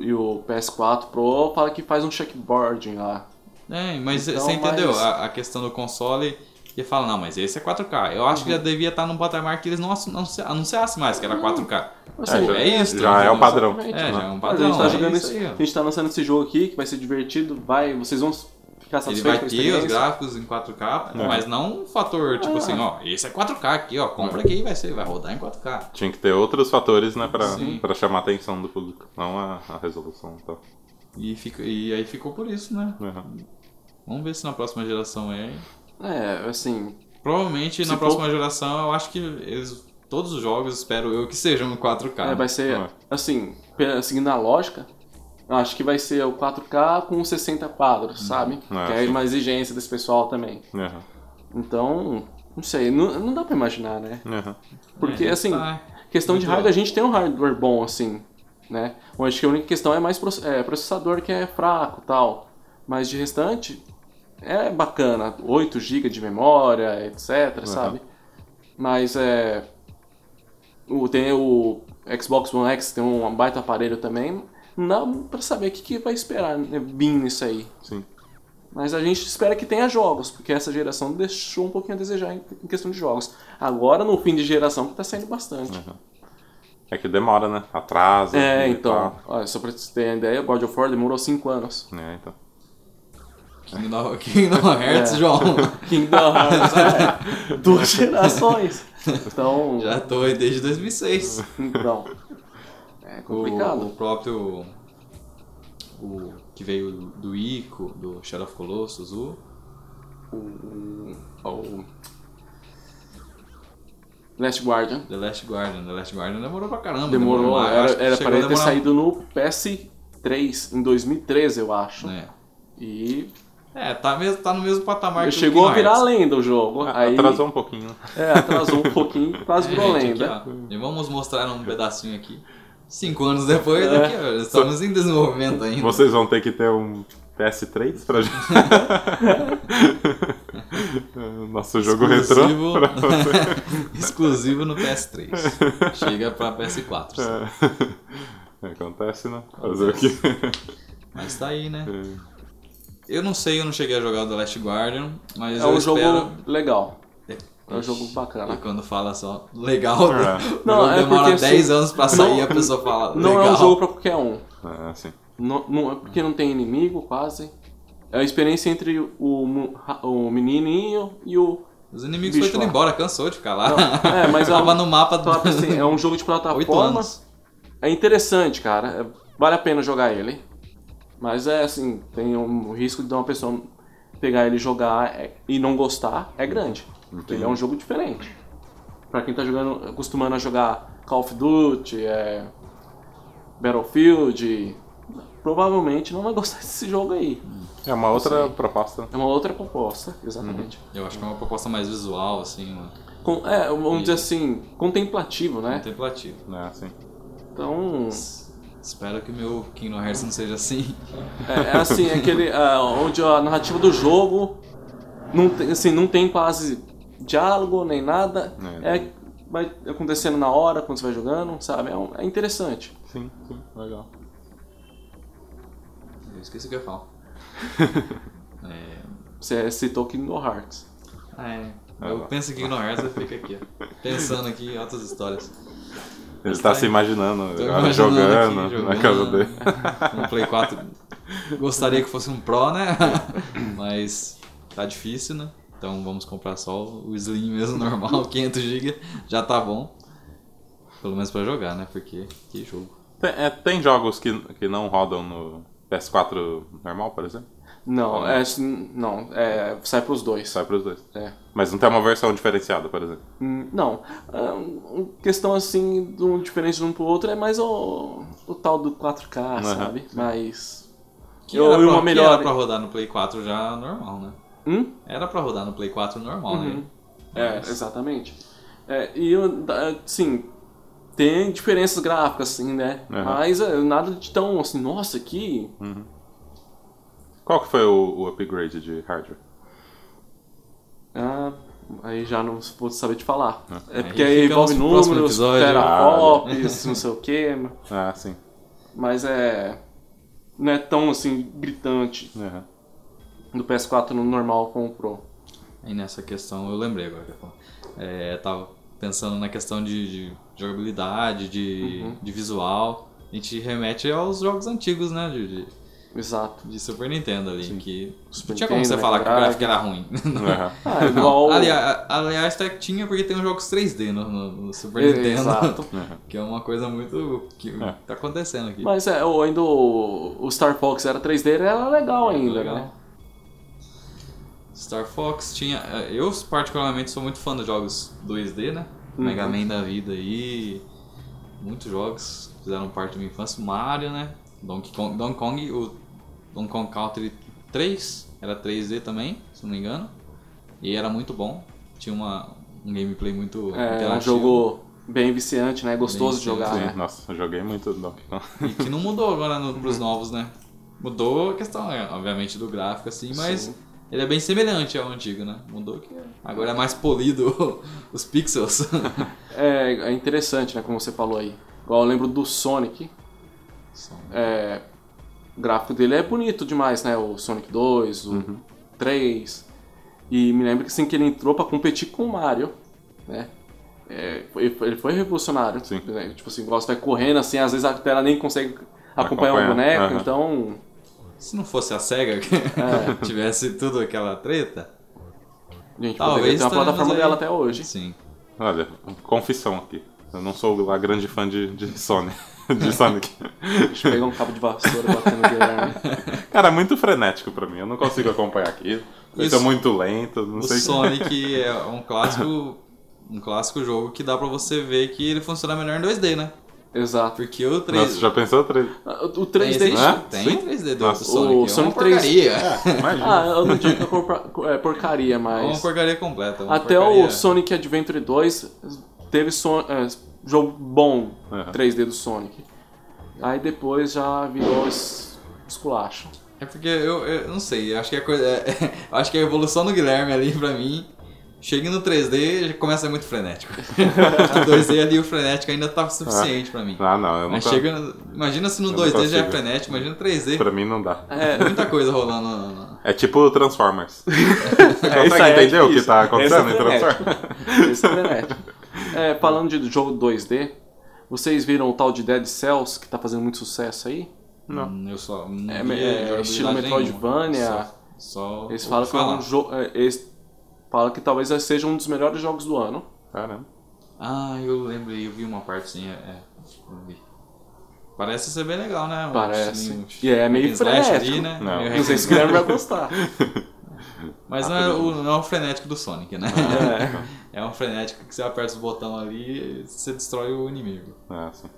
Speaker 3: e o PS4 Pro fala que faz um checkboarding lá.
Speaker 1: É, mas
Speaker 3: Então,
Speaker 1: você entendeu
Speaker 3: mas-
Speaker 1: a, a questão do console e fala, não, mas esse é 4K. Eu acho que
Speaker 3: Uhum.
Speaker 1: já devia estar num patamar que eles não assu- não se- anunciassem mais que era 4K.
Speaker 3: Assim,
Speaker 1: já- é isso,
Speaker 2: Já é o padrão.
Speaker 3: exatamente,
Speaker 1: É, já é um
Speaker 3: a gente
Speaker 1: padrão.
Speaker 3: tá
Speaker 1: é
Speaker 3: jogando
Speaker 1: isso
Speaker 3: esse-
Speaker 1: aí, ó.
Speaker 3: a gente tá lançando esse jogo aqui que vai ser divertido, vai, vocês vão ficar
Speaker 1: Ele
Speaker 3: satisfeitos
Speaker 1: vai
Speaker 3: com a
Speaker 1: ter os
Speaker 3: experiência. É.
Speaker 1: gráficos em 4K, mas não um fator tipo assim, ó, esse é 4K aqui, ó,
Speaker 3: É.
Speaker 1: compra aqui e vai ser, vai rodar em 4K.
Speaker 2: Tinha que ter outros fatores, né, pra,
Speaker 1: Sim.
Speaker 2: pra chamar a atenção do público. Não a, a resolução e tal.
Speaker 1: E, fica- e aí ficou por isso, né?
Speaker 2: Aham.
Speaker 1: Vamos ver se na próxima geração é.
Speaker 3: É, assim,
Speaker 1: Provavelmente
Speaker 3: Se
Speaker 1: na
Speaker 3: for-
Speaker 1: próxima geração eu acho que eles- todos os jogos, espero eu, que sejam em 4K.
Speaker 3: É, vai ser,
Speaker 2: Ah.
Speaker 3: assim, pe- seguindo a lógica, eu acho que vai ser o 4K com 60 quadros, sabe?
Speaker 2: Ah,
Speaker 3: que é
Speaker 2: sim.
Speaker 3: uma exigência desse pessoal também.
Speaker 2: é. Aham.
Speaker 3: Então, não sei, não, não dá pra imaginar, né?
Speaker 2: Aham.
Speaker 3: Porque,
Speaker 1: É,
Speaker 3: assim,
Speaker 1: tá.
Speaker 3: questão de
Speaker 1: Muito
Speaker 3: hardware, a gente tem um hardware bom, assim, né? Eu acho que a única questão é mais proce- é, processador que é fraco tal. Mas de restante, é bacana. 8 GB de memória, etc, sabe? Mas é. O, tem o Xbox One X, tem um baita aparelho também. Não dá pra saber o que, que vai esperar né, vir nisso aí.
Speaker 2: Sim.
Speaker 3: Mas a gente espera que tenha jogos, porque essa geração deixou um pouquinho a desejar em em questão de jogos. Agora, no fim de geração, que tá saindo bastante.
Speaker 2: É que demora, né? Atrasa.
Speaker 3: É,
Speaker 2: e
Speaker 3: então.
Speaker 2: tal.
Speaker 3: Olha, só pra vocês terem uma ideia, God of War demorou 5 anos.
Speaker 2: É, então.
Speaker 1: Kingdom, Kingdom Hearts,
Speaker 3: É.
Speaker 1: João.
Speaker 3: Kingdom Hearts, é. Duas gerações. Então.
Speaker 1: Já tô aí desde 2006.
Speaker 3: Então. É
Speaker 1: O,
Speaker 3: complicado.
Speaker 1: o próprio. O que veio do Ico, do Shadow of Colossus, o
Speaker 3: o, o, o Last Guardian.
Speaker 1: The Last Guardian. The Last Guardian demorou pra caramba.
Speaker 3: Demorou,
Speaker 1: lá. Eu
Speaker 3: era,
Speaker 1: acho que
Speaker 3: era
Speaker 1: chegou
Speaker 3: para
Speaker 1: a
Speaker 3: ele ter
Speaker 1: demorar-
Speaker 3: saído no PS3 em 2013, eu acho.
Speaker 1: É,
Speaker 3: E
Speaker 1: é tá, mesmo, tá no mesmo patamar que Ah, o
Speaker 3: chegou a
Speaker 1: Kingdom
Speaker 3: virar
Speaker 1: Hearts.
Speaker 3: lenda o jogo. Aí,
Speaker 2: Atrasou um pouquinho.
Speaker 3: É, atrasou um pouquinho, quase virou
Speaker 1: É, gente,
Speaker 3: lenda.
Speaker 1: aqui, ó, e vamos mostrar um pedacinho aqui. Cinco anos depois,
Speaker 3: É.
Speaker 1: aqui, ó, estamos em desenvolvimento ainda.
Speaker 2: Vocês vão ter que ter um PS3 pra gente. É, Nosso jogo
Speaker 1: Exclusivo-
Speaker 2: retrô. pra você.
Speaker 1: Exclusivo no PS3. Chega pra PS4. sabe?
Speaker 2: É. Acontece, né? Fazer o quê?
Speaker 1: Mas tá aí, né? Eu não sei, eu não cheguei a jogar o The Last Guardian, mas
Speaker 3: É
Speaker 1: eu
Speaker 3: um jogo
Speaker 1: espero.
Speaker 3: legal.
Speaker 1: É
Speaker 3: É um jogo bacana.
Speaker 1: E quando fala só legal,
Speaker 2: É.
Speaker 1: não,
Speaker 3: Não, é
Speaker 1: demora
Speaker 3: porque, assim,
Speaker 1: 10 anos pra sair
Speaker 3: não-
Speaker 1: a pessoa fala
Speaker 3: Não
Speaker 1: legal.
Speaker 3: é um jogo pra qualquer um.
Speaker 2: É, assim.
Speaker 3: Não, não- é porque não tem inimigo, quase. É a experiência entre o, mu- ra- o menininho e o.
Speaker 1: Os inimigos
Speaker 3: Bicho
Speaker 1: foram tudo
Speaker 3: lá.
Speaker 1: embora, cansou de ficar lá.
Speaker 3: Não, é, mas é
Speaker 1: Tava
Speaker 3: um-
Speaker 1: no mapa do...
Speaker 3: Fala assim, é um jogo de
Speaker 1: Oito
Speaker 3: plataforma.
Speaker 1: anos.
Speaker 3: É interessante, cara. É- Vale a pena jogar ele. Mas é assim, tem um risco de uma pessoa pegar ele e jogar é- e não gostar é grande. Porque ele é um jogo diferente. Pra quem tá jogando, acostumando a jogar Call of Duty, é, Battlefield, provavelmente não vai gostar desse jogo aí.
Speaker 2: É uma outra proposta.
Speaker 3: É uma outra proposta, exatamente.
Speaker 1: Eu acho que é uma proposta mais visual, assim, uma-
Speaker 3: Com- é, vamos dizer assim, contemplativo, né?
Speaker 1: contemplativa.
Speaker 2: É, assim.
Speaker 3: Então,
Speaker 1: Espero que meu Kingdom Hearts não seja assim.
Speaker 3: é, é assim, é aquele é, onde a narrativa do jogo não tem, assim, não tem quase diálogo nem nada.
Speaker 2: É.
Speaker 3: É, vai acontecendo na hora, quando você vai jogando, sabe? É, um- é interessante.
Speaker 2: Sim, sim, legal.
Speaker 1: Eu esqueci o que eu falo. É,
Speaker 3: Você citou Kingdom Hearts.
Speaker 1: ah, é.
Speaker 2: Ah,
Speaker 1: Eu
Speaker 2: lá.
Speaker 1: penso em Kingdom Hearts e fico aqui, ó. Pensando aqui em outras histórias.
Speaker 2: Ele está se imaginando, agora,
Speaker 1: imaginando
Speaker 2: jogando,
Speaker 1: aqui,
Speaker 2: na
Speaker 1: jogando.
Speaker 2: casa dele.
Speaker 1: Um Play 4 gostaria que fosse um Pro, né? Mas tá difícil, né? Então vamos comprar só o Slim mesmo, normal, 500GB, já tá bom. Pelo menos pra jogar, né? Porque que jogo.
Speaker 2: Tem, é, tem jogos que, que não rodam no PS4 normal, por exemplo?
Speaker 3: Não,
Speaker 2: Ah,
Speaker 3: é, assim, não, é, sai pros dois.
Speaker 2: Sai pros dois.
Speaker 3: É.
Speaker 2: Mas não tem uma versão diferenciada, por exemplo.
Speaker 3: Hum, Não. É, um- questão assim, de um diferente de um pro outro, é mais o, o tal do 4K,
Speaker 2: Aham.
Speaker 3: sabe? Mas.
Speaker 1: Que
Speaker 3: eu
Speaker 1: era
Speaker 3: eu
Speaker 1: pra,
Speaker 3: uma
Speaker 1: que
Speaker 3: melhor.
Speaker 1: era pra rodar no Play 4 já normal, né?
Speaker 3: Hum?
Speaker 1: Era pra rodar no Play 4 normal, né?
Speaker 3: É, exatamente. É, e eu, da- assim, tem diferenças gráficas, assim, né?
Speaker 2: Aham.
Speaker 3: Mas é, nada de tão assim, nossa, que.
Speaker 2: Qual que foi o, o upgrade de hardware?
Speaker 3: Ah, aí já não vou saber te falar. É
Speaker 1: Aí
Speaker 3: porque aí
Speaker 1: fica
Speaker 3: envolve
Speaker 1: no próximo
Speaker 3: números,
Speaker 1: episódio.
Speaker 2: né?
Speaker 3: teraflops, não sei o quê.
Speaker 2: Ah, sim.
Speaker 3: Mas é. Não é tão assim gritante
Speaker 2: Aham.
Speaker 3: do PS4 no normal com o Pro.
Speaker 1: E nessa questão, eu lembrei agora que eu ia falar. É, tava pensando na questão de, de jogabilidade, de,
Speaker 3: Uhum.
Speaker 1: de visual. A gente remete aos jogos antigos, né? De, de-
Speaker 3: Exato.
Speaker 1: de Super Nintendo ali, que
Speaker 3: Super
Speaker 1: não tinha como você
Speaker 3: Nintendo, né,
Speaker 1: falar que o
Speaker 3: Mega
Speaker 1: gráfico era ruim.
Speaker 2: Aham.
Speaker 3: Ah, é igual.
Speaker 1: Ali- a- aliás, até que tinha porque tem os jogos 3D no, no- no Super Nintendo,
Speaker 3: Exato.
Speaker 1: que é uma coisa muito que
Speaker 2: É.
Speaker 1: tá acontecendo aqui.
Speaker 3: Mas é, o- ainda o, o Star Fox era 3D, ele era legal ainda,
Speaker 1: Legal.
Speaker 3: né?
Speaker 1: Star Fox tinha. eh, Eu, particularmente, sou muito fã dos jogos 2D, né?
Speaker 3: Uhum.
Speaker 1: Mega Man da vida aí. Muitos jogos fizeram parte da minha infância. Mario, né? Donkey Kong, Donkey Kong o Donkey Kong Country 3 era 3D também, se não me engano. E era muito bom. Tinha uma, um gameplay muito
Speaker 3: É um
Speaker 1: interativo.
Speaker 3: jogo bem viciante, né? Gostoso de
Speaker 1: Bem
Speaker 3: jogar,
Speaker 1: viciante,
Speaker 2: Sim,
Speaker 3: né?
Speaker 2: nossa, eu joguei muito Donkey Kong.
Speaker 1: E que não mudou agora no, pros novos, né? Mudou a questão, é, obviamente, do gráfico, assim, mas
Speaker 3: Sim.
Speaker 1: ele é bem semelhante ao antigo, né? Mudou que agora é mais polido os pixels.
Speaker 3: É, é interessante, né? Como você falou aí. Igual eu lembro do Sonic.
Speaker 1: né?
Speaker 3: é, o gráfico dele é bonito demais, né? O Sonic 2, o
Speaker 2: Uhum.
Speaker 3: 3. E me lembro que assim que ele entrou pra competir com o Mario, né? É, ele foi- ele foi revolucionário.
Speaker 2: Sim.
Speaker 3: né? Tipo assim, igual você vai correndo assim, às vezes a tela nem consegue acompanhar o
Speaker 2: Acompanhar,
Speaker 3: boneco,
Speaker 2: aham.
Speaker 3: então.
Speaker 1: Se não fosse a SEGA que
Speaker 3: É.
Speaker 1: tivesse tudo aquela treta.
Speaker 3: A
Speaker 1: Talvez
Speaker 3: gente poderia Tipo, ter uma
Speaker 1: estaremos
Speaker 3: plataforma
Speaker 1: aí.
Speaker 3: dela até hoje.
Speaker 1: Sim.
Speaker 2: Olha, confissão aqui. Eu não sou lá grande fã de, de Sony. de Sonic.
Speaker 3: Deixa eu pegar um cabo de vassoura batendo no né? Guilherme.
Speaker 2: Cara, é muito frenético pra mim. Eu não consigo acompanhar aquilo. Isso é
Speaker 1: Isso.
Speaker 2: muito lento, não
Speaker 1: O
Speaker 2: sei.
Speaker 1: Sonic é um clássico, um clássico jogo que dá pra você ver que ele funciona melhor em 2D, né?
Speaker 3: Exato.
Speaker 1: Porque o 3D...
Speaker 2: Nossa, já pensou? Três...
Speaker 3: O
Speaker 1: Tem,
Speaker 3: 3D.
Speaker 1: existe-
Speaker 2: Hã?
Speaker 1: tem
Speaker 2: Sim.
Speaker 1: 3D do
Speaker 2: Nossa,
Speaker 1: Sonic.
Speaker 3: o
Speaker 1: é
Speaker 3: Sonic
Speaker 1: uma
Speaker 3: 3D.
Speaker 1: porcaria.
Speaker 2: Imagina.
Speaker 3: Ah, eu não digo que é corpora- é porcaria,
Speaker 1: É uma
Speaker 3: mas.
Speaker 1: porcaria completa. é uma
Speaker 3: Até
Speaker 1: porcaria.
Speaker 3: o Sonic Adventure 2 teve son- é, jogo bom
Speaker 2: Aham.
Speaker 3: 3D do Sonic. Aí depois já virou es- esculacho.
Speaker 1: É porque eu, eu não sei, eu acho que a coisa. eu acho que a evolução do Guilherme ali pra mim. Chega no 3D já começa a ser muito frenético. no 2D ali o frenético ainda tá suficiente pra mim.
Speaker 2: Ah, não, eu
Speaker 1: Mas
Speaker 2: nunca...
Speaker 1: chega. no- Imagina se no
Speaker 2: Eu não
Speaker 1: 2D já é
Speaker 2: consigo.
Speaker 1: frenético, imagina no 3D.
Speaker 2: Pra mim não dá.
Speaker 3: É,
Speaker 1: Muita coisa rolando. no- no-
Speaker 2: É tipo Transformers. Você
Speaker 3: isso
Speaker 2: consegue
Speaker 3: aí, é
Speaker 2: entender o que
Speaker 3: difícil.
Speaker 2: tá acontecendo
Speaker 3: Esse é
Speaker 2: em
Speaker 3: frenético.
Speaker 2: Transformers?
Speaker 3: Esse é frenético. É, falando de jogo 2D, vocês viram o tal de Dead Cells que tá fazendo muito sucesso aí?
Speaker 2: Não.
Speaker 1: Hum, Eu só. Não
Speaker 3: É,
Speaker 1: vi
Speaker 3: é,
Speaker 1: jogabilidade
Speaker 3: estilo
Speaker 1: nenhuma.
Speaker 3: Metroidvania.
Speaker 1: Só. só
Speaker 3: Eles falam que é
Speaker 1: falar.
Speaker 3: um jogo. Eles falam que talvez seja um dos melhores jogos do ano.
Speaker 2: Caramba.
Speaker 1: Ah, eu lembrei, eu vi uma partezinha. É, eu vi. Parece ser bem legal, né? Um
Speaker 3: Parece.
Speaker 1: estilinho-
Speaker 3: E é meio
Speaker 1: hack and slash ali,
Speaker 3: frenético.
Speaker 1: né?
Speaker 2: Não.
Speaker 1: Meio hack
Speaker 3: Não sei
Speaker 1: and
Speaker 3: se o Guilherme vai gostar. Ah,
Speaker 1: Mas não é, o, não é o frenético do Sonic, né? É. um frenético que você aperta os botões ali e você destrói o inimigo.
Speaker 2: É, sim.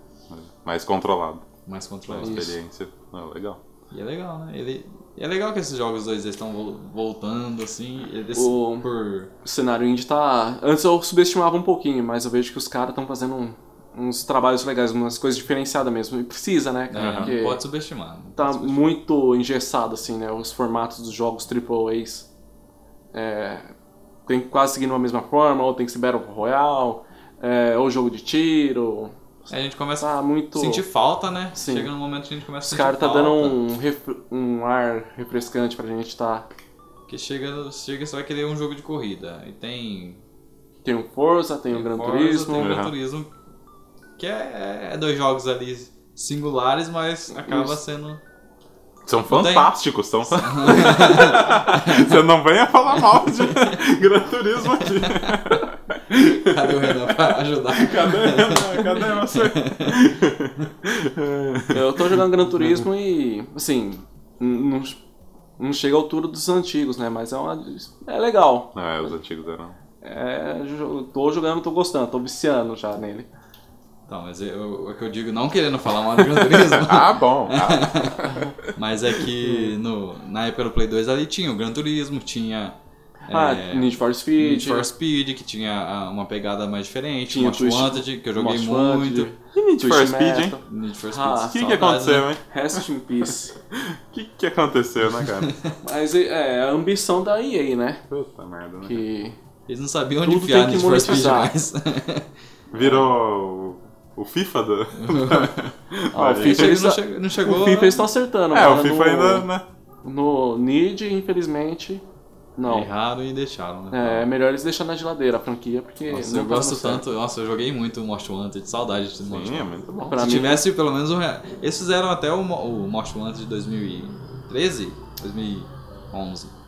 Speaker 2: Mais controlado.
Speaker 1: Mais
Speaker 2: A
Speaker 1: controlado.
Speaker 2: experiência. Ah, legal.
Speaker 1: E é legal, né? Ele, e é legal que esses jogos 2D estão vol- voltando, assim. Eles,
Speaker 3: O-
Speaker 1: por...
Speaker 3: O cenário indie tá. Antes eu subestimava um pouquinho, mas eu vejo que os caras estão fazendo um- uns trabalhos legais, umas coisas diferenciadas mesmo. E precisa, né,
Speaker 1: né,
Speaker 3: cara?
Speaker 1: não
Speaker 3: Porque
Speaker 1: pode subestimar. não
Speaker 3: tá
Speaker 1: pode subestimar.
Speaker 3: muito engessado, assim, né? Os formatos dos jogos AAAs. É, tem que quase seguir uma mesma forma, ou tem que ser Battle Royale, é, ou jogo de tiro.
Speaker 1: Aí A gente começa
Speaker 3: Tá muito.
Speaker 1: a sentir falta, né?
Speaker 3: Sim.
Speaker 1: Chega num momento que a gente começa a
Speaker 3: Os
Speaker 1: sentir
Speaker 3: caras tá
Speaker 1: falta.
Speaker 3: dando um, ref- um ar refrescante pra gente tá.
Speaker 1: Porque chega, chega, você vai querer um jogo de corrida. E tem
Speaker 3: Tem o Forza, tem, o Gran
Speaker 1: Forza,
Speaker 3: Turismo.
Speaker 1: Tem o Gran
Speaker 2: Aham.
Speaker 1: Turismo. Que é, é dois jogos ali singulares, mas acaba
Speaker 3: Isso.
Speaker 1: sendo.
Speaker 2: São
Speaker 1: Não tem?
Speaker 2: fantásticos, são Você não venha falar mal de Gran Turismo aqui.
Speaker 1: Cadê o Renan pra ajudar?
Speaker 2: Cadê, Renan? Cadê você?
Speaker 3: Eu tô jogando Gran Turismo e, assim, n- não, não chega à altura dos antigos, né? Mas é uma. É legal.
Speaker 2: Não, é, os antigos eram.
Speaker 3: É, jo- tô jogando, tô gostando, tô viciando já nele.
Speaker 1: Então, mas eu, o que eu digo, não querendo falar mal do Gran Turismo,
Speaker 2: Ah, bom. Ah,
Speaker 1: mas é que no, na época do Play 2 ali tinha o Gran Turismo, tinha.
Speaker 3: ah,
Speaker 1: é,
Speaker 3: Need for Speed.
Speaker 1: Need for Speed, que tinha ah, uma pegada mais diferente,
Speaker 3: Tinha
Speaker 1: Most
Speaker 3: Twist-
Speaker 1: Wanted, que eu joguei
Speaker 3: Most
Speaker 1: muito.
Speaker 3: Wanted, E Need
Speaker 2: Need
Speaker 3: for
Speaker 2: for
Speaker 3: Speed,
Speaker 2: Speed,
Speaker 3: hein?
Speaker 1: Need for Speed.
Speaker 3: Ah,
Speaker 2: O que, que
Speaker 1: saudades, né?
Speaker 2: aconteceu, hein?
Speaker 3: Rest in Peace.
Speaker 2: O que, que aconteceu, né, cara?
Speaker 3: Mas é a ambição da EA, né?
Speaker 2: Puta merda, né?
Speaker 3: Que.
Speaker 1: Eles não sabiam onde
Speaker 3: Tudo
Speaker 1: enfiar
Speaker 3: tem
Speaker 1: Need
Speaker 3: que
Speaker 1: for Speed
Speaker 3: monetizar.
Speaker 1: mais.
Speaker 2: Virou o, o FIFA do.
Speaker 3: Ah, o
Speaker 2: Mas-
Speaker 3: FIFA, eles,
Speaker 1: não,
Speaker 3: não
Speaker 1: chegou, não
Speaker 3: o
Speaker 1: chegou.
Speaker 3: FIFA eles estão acertando,
Speaker 2: É, o
Speaker 3: mano,
Speaker 2: FIFA
Speaker 3: no,
Speaker 2: ainda, né?
Speaker 3: No Need, infelizmente. Não.
Speaker 1: Erraram e deixaram, né?
Speaker 3: É, é melhor eles deixarem na geladeira a franquia, porque.
Speaker 1: Nossa,
Speaker 3: não
Speaker 1: eu
Speaker 3: tá
Speaker 1: gosto
Speaker 3: dando certo.
Speaker 1: tanto. Nossa, eu joguei muito Most Wanted, saudade de Most
Speaker 2: Sim, é
Speaker 1: Wanted.
Speaker 2: muito bom.
Speaker 3: Pra
Speaker 1: Se
Speaker 3: mim-
Speaker 1: tivesse pelo menos um. re- Eles fizeram até o, Mo- o Most Wanted de 2013? 2011.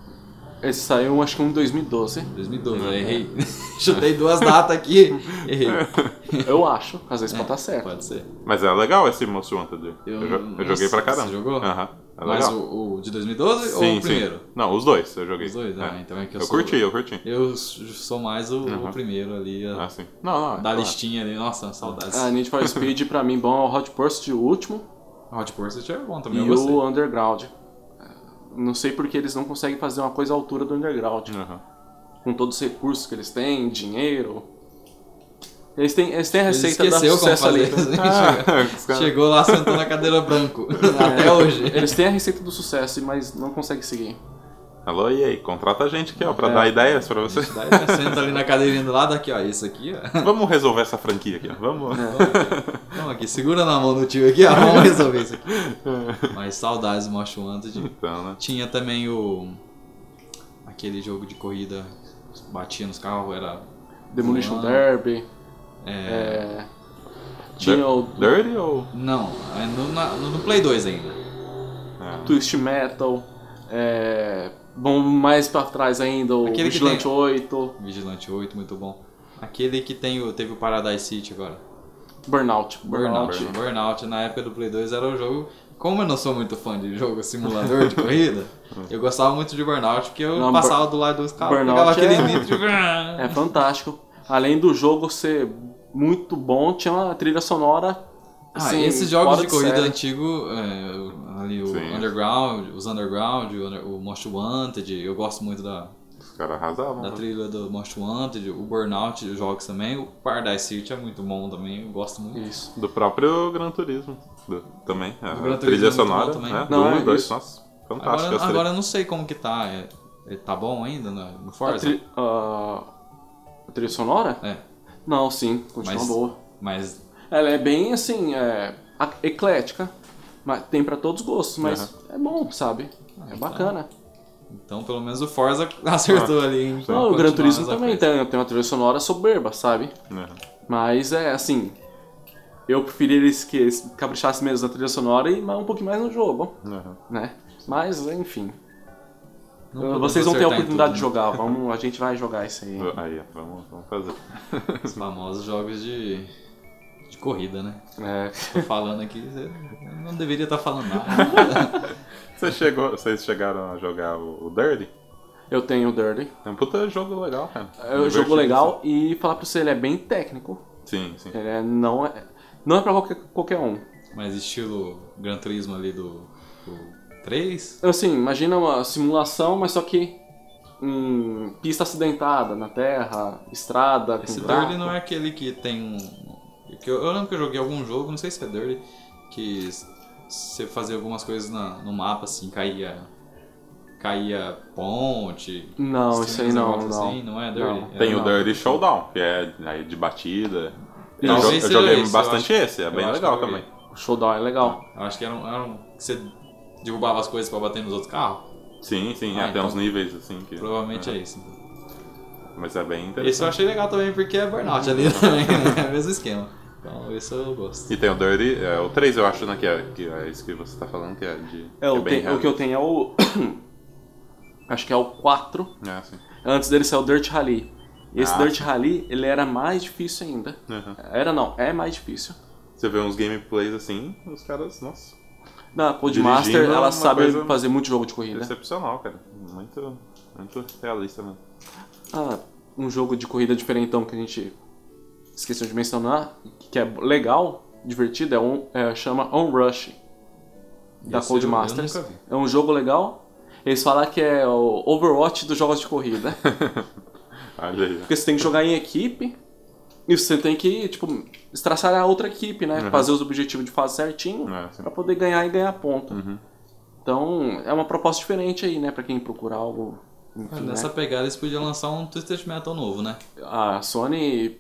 Speaker 3: Esse saiu, acho que um em 2012.
Speaker 1: 2012,
Speaker 3: É.
Speaker 1: eu errei. Chutei duas datas aqui, errei.
Speaker 3: Eu acho. Às vezes pode estar Então tá certo.
Speaker 1: É. Pode ser.
Speaker 2: Mas é legal esse Most Wanted.
Speaker 1: Eu
Speaker 2: Eu, jo-
Speaker 1: não
Speaker 2: eu joguei pra
Speaker 1: sei,
Speaker 2: caramba.
Speaker 1: você jogou?
Speaker 2: Aham.
Speaker 3: Tá
Speaker 2: É
Speaker 1: Mas
Speaker 2: legal.
Speaker 1: o, o de 2012 ou o
Speaker 2: Sim,
Speaker 1: primeiro?
Speaker 2: sim. Não, os dois eu joguei.
Speaker 1: Os dois, ah, então é que eu
Speaker 2: Eu
Speaker 1: sou-
Speaker 2: curti, eu curti.
Speaker 1: Eu s- sou mais o, o primeiro ali, a-
Speaker 2: Ah, sim. Não, não.
Speaker 1: da
Speaker 2: é claro.
Speaker 1: listinha ali. Nossa, saudades.
Speaker 3: A Need for Speed, pra mim, bom, é o Hot Pursuit o último
Speaker 1: Hot Pursuit é bom
Speaker 3: e
Speaker 1: também, eu gostei.
Speaker 3: o Underground. É, Não sei porque eles não conseguem fazer uma coisa à altura do Underground.
Speaker 2: Aham.
Speaker 3: Com todos os recursos que eles têm, dinheiro. Eles têm, eles têm a
Speaker 1: Eles
Speaker 3: receita da
Speaker 1: esqueceu como
Speaker 3: sucesso ali.
Speaker 1: fazer isso, hein?
Speaker 2: Ah, os
Speaker 1: Chegou-
Speaker 2: caras-
Speaker 1: Chegou lá, sentou na cadeira branco.
Speaker 3: É.
Speaker 1: Até hoje.
Speaker 3: Ah, Eles têm a receita do sucesso, mas não conseguem seguir.
Speaker 2: Alô, e aí? Contrata a gente aqui, ó, pra
Speaker 3: É.
Speaker 2: dar ideias pra você.
Speaker 1: Daí né, senta ali na cadeirinha do lado, aqui ó, isso aqui ó.
Speaker 2: Vamos resolver essa franquia aqui, ó. Vamos.
Speaker 1: É. Vamos aqui, segura na mão do tio aqui ó, vamos resolver isso aqui. Mas saudades do Most Wanted.
Speaker 2: Então, né?
Speaker 1: Tinha também o... Aquele jogo de corrida, batia nos carros, era...
Speaker 3: Demolition
Speaker 1: Voando.
Speaker 3: Derby.
Speaker 1: É,
Speaker 3: é, Tinha o
Speaker 2: Dirty ou.
Speaker 1: Não, é no, na- no- no Play 2 ainda.
Speaker 2: É.
Speaker 3: Twist Metal, é, bom, mais pra trás ainda, o
Speaker 1: Aquele que
Speaker 3: Vigilante
Speaker 1: tem-
Speaker 3: 8,
Speaker 1: Vigilante 8, muito bom. Aquele que tem o, teve o Paradise City agora.
Speaker 3: Burnout.
Speaker 1: Burnout. Burnout na época do Play 2 era o jogo. Como eu não sou muito fã de jogo simulador de corrida, eu gostava muito de Burnout porque eu
Speaker 3: Não, Bur-
Speaker 1: passava do lado dos carros,
Speaker 3: Burnout
Speaker 1: pegava aquele
Speaker 3: é-
Speaker 1: nitro.
Speaker 3: É fantástico. Além do jogo ser muito bom, tinha uma trilha sonora.
Speaker 1: Ah,
Speaker 3: assim,
Speaker 1: esses jogos
Speaker 3: fora
Speaker 1: de corrida
Speaker 3: série.
Speaker 1: antigo, é, o- ali o
Speaker 2: Sim.
Speaker 1: Underground, os Underground, o, Under- o Most Wanted, eu gosto muito da,
Speaker 2: Os caras arrasavam.
Speaker 1: da
Speaker 2: né?
Speaker 1: trilha do Most Wanted, o Burnout, os jogos também, o Paradise City é muito bom também, eu gosto muito.
Speaker 3: Isso.
Speaker 2: Do próprio Gran Turismo. do- também. A
Speaker 1: Gran Turismo é
Speaker 2: trilha
Speaker 1: muito
Speaker 2: sonora.
Speaker 1: bom também.
Speaker 2: Né?
Speaker 3: Não,
Speaker 2: do 1
Speaker 3: é
Speaker 2: e 2.
Speaker 3: isso.
Speaker 2: Nossa, fantástica
Speaker 1: Agora,
Speaker 2: essa trilha.
Speaker 1: agora eu não sei como que tá, é, é- tá bom ainda né, no
Speaker 3: A,
Speaker 1: Forza?
Speaker 3: tri- a- a trilha sonora?
Speaker 1: É,
Speaker 3: Não, sim, continua
Speaker 1: Mas-
Speaker 3: boa.
Speaker 1: mas
Speaker 3: Ela é bem assim, é, a- eclética. Mas tem pra todos os gostos, mas é bom, sabe?
Speaker 1: Ah,
Speaker 3: É bacana.
Speaker 1: então pelo menos o Forza acertou ali. Hein?
Speaker 3: Não, Ah, o Gran Turismo também tem, tem uma trilha sonora soberba, sabe?
Speaker 2: É.
Speaker 3: Mas é assim. Eu preferia eles que eles caprichassem mesmo na trilha sonora e mais um pouquinho mais no jogo,
Speaker 2: Aham.
Speaker 3: né? Mas enfim.
Speaker 1: Não
Speaker 3: Uh,
Speaker 1: podemos
Speaker 3: vocês vão ter a
Speaker 1: acertar em
Speaker 3: oportunidade de
Speaker 1: tudo, né?
Speaker 3: jogar, vamos, a gente vai jogar isso aí.
Speaker 2: Aí, ó, vamos, vamos fazer.
Speaker 1: né? Os famosos jogos de, de corrida, né?
Speaker 3: É.
Speaker 1: Tô falando aqui, eu não deveria estar falando nada.
Speaker 2: Você chegou, vocês chegaram a jogar o, o Dirty?
Speaker 3: Eu tenho o Dirty.
Speaker 2: É um puta jogo legal, cara.
Speaker 3: É um jogo
Speaker 2: Divertido,
Speaker 3: legal e falar pra você, ele é bem técnico.
Speaker 2: assim. Sim, sim.
Speaker 3: Ele é, não, é, não é pra qualquer, qualquer um.
Speaker 1: Mas estilo Gran Turismo ali do, do 3,
Speaker 3: Assim, imagina uma simulação, mas só que em pista acidentada, na terra, estrada, com
Speaker 1: esse
Speaker 3: buraco.
Speaker 1: Dirty não é aquele que tem um... que eu, eu lembro que eu joguei algum jogo, não sei se é Dirty, que s- você fazia algumas coisas na- no mapa, assim, caía... Caía ponte...
Speaker 2: Hum,
Speaker 3: Não, isso aí
Speaker 1: streams,
Speaker 3: não,
Speaker 1: alguma coisa
Speaker 3: não.
Speaker 1: Assim, não é
Speaker 3: Não.
Speaker 1: Dirty? É,
Speaker 2: Tem
Speaker 1: não.
Speaker 2: o Dirty Showdown, que é aí de batida. Eu,
Speaker 1: Talvez
Speaker 2: jo- eu
Speaker 1: seja
Speaker 2: joguei
Speaker 1: esse, eu
Speaker 2: bastante esse, é
Speaker 1: eu
Speaker 2: bem
Speaker 1: acho
Speaker 2: legal
Speaker 1: que eu
Speaker 2: também.
Speaker 3: O showdown é legal.
Speaker 1: Eu acho que era um, era um- que você derrubava as coisas pra bater nos outros carros.
Speaker 2: Sim, sim,
Speaker 1: Ah,
Speaker 2: até
Speaker 1: então.
Speaker 2: uns níveis assim. Que,
Speaker 1: Provavelmente é isso.
Speaker 2: Mas é bem
Speaker 1: Esse eu
Speaker 2: interessante.
Speaker 1: achei legal também, porque é burnout ali
Speaker 2: Hum.
Speaker 1: também, né? É o mesmo esquema. Então, esse eu gosto.
Speaker 2: E tem o Dirty, é, o 3 eu acho, né, que é, que é isso que você tá falando, que é de... que
Speaker 3: É, eu
Speaker 2: bem
Speaker 3: tenho- o que eu tenho é o. acho que é o 4.
Speaker 2: real. É, sim.
Speaker 3: Antes dele saiu o Dirt Rally. E esse
Speaker 2: Ah,
Speaker 3: Dirt Rally, ele era mais difícil ainda.
Speaker 2: Aham.
Speaker 3: Era não, é mais difícil.
Speaker 2: Você vê uns gameplays assim, os caras, nossa,
Speaker 3: Na Codemaster,
Speaker 2: Dirigindo é
Speaker 3: ela
Speaker 2: uma
Speaker 3: sabe
Speaker 2: coisa- é
Speaker 3: fazer muito jogo de
Speaker 1: né?
Speaker 3: corrida.
Speaker 2: excepcional, cara. Muito, muito realista mesmo.
Speaker 3: Ah, um jogo de corrida diferentão que a gente esqueceu de mencionar, que é legal, divertido, é um, é, chama On Rush, da
Speaker 1: Esse eu- eu
Speaker 3: Codemasters.
Speaker 1: nunca vi.
Speaker 3: É um jogo legal. Eles falam que é o Overwatch dos jogos de corrida.
Speaker 2: Olha aí, ó.
Speaker 3: Porque você tem que jogar em equipe e você tem que, tipo, estraçar a outra equipe, né? Fazer os objetivos de fase certinho
Speaker 2: Uhum. É, sim. Uhum.
Speaker 3: pra poder ganhar e ganhar ponto. Então, é uma proposta diferente aí, né? Pra quem procura algo. Enfim,
Speaker 1: É, Nessa
Speaker 3: né?
Speaker 1: pegada, eles podiam lançar um Twisted Metal novo, né?
Speaker 3: A Sony.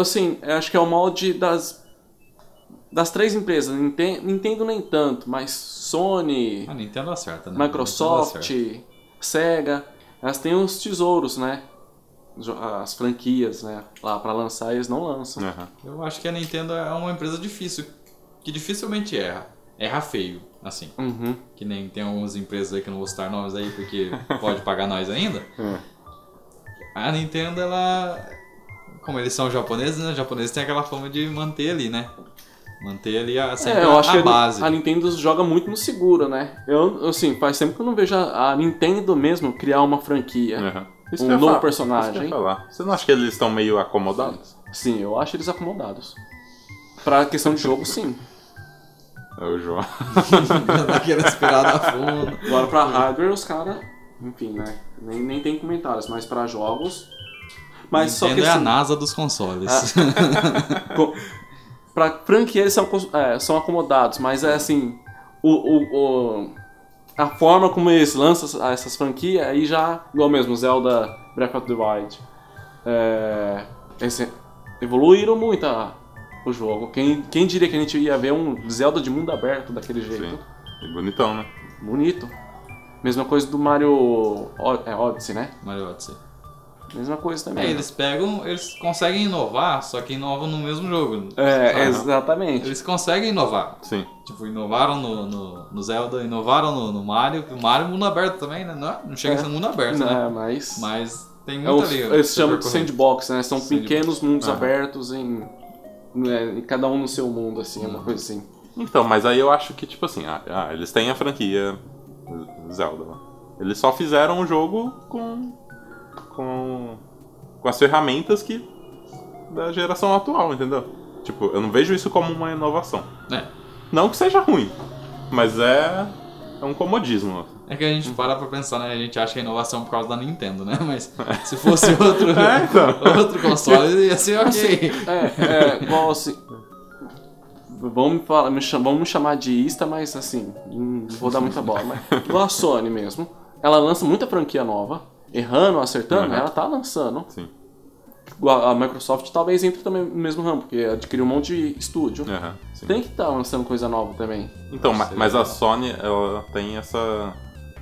Speaker 3: Assim, eu acho que é o molde das. Das três empresas, Nintendo, Nintendo nem tanto, mas Sony,
Speaker 1: A Nintendo acerta, né? A
Speaker 3: Microsoft,
Speaker 1: Nintendo acerta.
Speaker 3: Sega, elas têm os tesouros, né? Jo- As franquias, né? Lá pra lançar eles não lançam.
Speaker 2: Aham.
Speaker 1: Eu acho que a Nintendo é uma empresa difícil, que dificilmente erra. Erra feio, assim.
Speaker 3: Uhum.
Speaker 1: Que nem tem algumas empresas aí que eu não vou citar nomes aí, porque pode pagar nós ainda.
Speaker 3: É.
Speaker 1: A Nintendo, ela. Como eles são japoneses, né? Os japoneses têm aquela fama de manter ali, né? Manter ali a, sempre
Speaker 3: É, eu
Speaker 1: a-
Speaker 3: acho
Speaker 1: a
Speaker 3: que a-
Speaker 1: base.
Speaker 3: a Nintendo joga muito no seguro, né? Eu, assim, faz tempo que eu não vejo a a Nintendo mesmo criar uma franquia.
Speaker 2: Aham.
Speaker 3: Um
Speaker 2: que eu ia
Speaker 3: novo
Speaker 2: falar,
Speaker 3: personagem.
Speaker 2: isso que eu ia falar. Você não acha que eles estão meio acomodados?
Speaker 1: É.
Speaker 3: Sim, eu acho eles acomodados. Pra questão de jogo, sim.
Speaker 2: É o João.
Speaker 1: Daquela respirada a fundo.
Speaker 3: Agora pra hardware, os caras. Enfim, né? Nem, nem tem comentários, mas pra jogos. Mas só que Ah.
Speaker 1: Nintendo é a
Speaker 3: assim,
Speaker 1: NASA dos consoles.
Speaker 3: co- pra franquia eles são, cons- é, são acomodados, mas é assim. O, o- o- a forma como eles lançam essas- essas franquias aí já. Igual mesmo, Zelda Breath of the Wild. É, esse- evoluíram muito a- o jogo. Quem, quem diria que a gente ia ver um Zelda de mundo aberto daquele jeito?
Speaker 2: Sim. E bonitão, né?
Speaker 3: Bonito. Mesma coisa do Mario O- é, Odyssey, né?
Speaker 1: Mario Odyssey.
Speaker 3: Mesma coisa
Speaker 1: É,
Speaker 3: também.
Speaker 1: eles pegam, eles conseguem inovar, só que inovam no mesmo jogo.
Speaker 3: É,
Speaker 1: Sabe?
Speaker 3: exatamente.
Speaker 1: Eles conseguem inovar.
Speaker 2: Sim.
Speaker 1: Tipo, inovaram no, no, no Zelda, inovaram no, no Mario. O Mario é mundo aberto também, né? Não, é- não chega
Speaker 3: É.
Speaker 1: a ser mundo aberto, né?
Speaker 3: Não, mas...
Speaker 1: Mas tem
Speaker 3: É um,
Speaker 1: muita ali.
Speaker 3: eles chamam de
Speaker 1: percorrendo.
Speaker 3: sandbox, né? São
Speaker 1: Sandbox.
Speaker 2: Ah.
Speaker 3: pequenos mundos
Speaker 2: Aham.
Speaker 3: abertos em né, e cada um no seu mundo, assim,
Speaker 2: Hum.
Speaker 3: é uma coisa assim.
Speaker 2: Então, mas aí eu acho que, tipo assim, ah, ah, eles têm a franquia Zelda lá. Eles só fizeram o jogo com. com. com as ferramentas que. da geração atual, entendeu? Tipo, eu não vejo isso como uma inovação.
Speaker 1: É.
Speaker 2: Não que seja ruim, mas é. é um comodismo.
Speaker 1: É que a gente para pra pensar, né? A gente acha que é inovação por causa da Nintendo, né? Mas se fosse outro,
Speaker 2: É, então.
Speaker 1: outro console, ia ser ok.
Speaker 3: É, é igual assim. Vão me, falar, me, cham- vão me chamar de ista, mas assim, hum, não vou dar muita bola. Mas, igual a Sony mesmo, ela lança muita franquia nova, errando, acertando,
Speaker 2: Uhum.
Speaker 3: ela tá lançando.
Speaker 2: Sim.
Speaker 3: Igual A Microsoft talvez entre também no mesmo ramo, porque adquiriu um monte de estúdio.
Speaker 2: Aham, É, sim.
Speaker 3: Tem que estar lançando coisa nova também.
Speaker 2: Então, ma-
Speaker 1: Sei
Speaker 2: mas
Speaker 1: lá.
Speaker 2: a Sony, ela tem essa.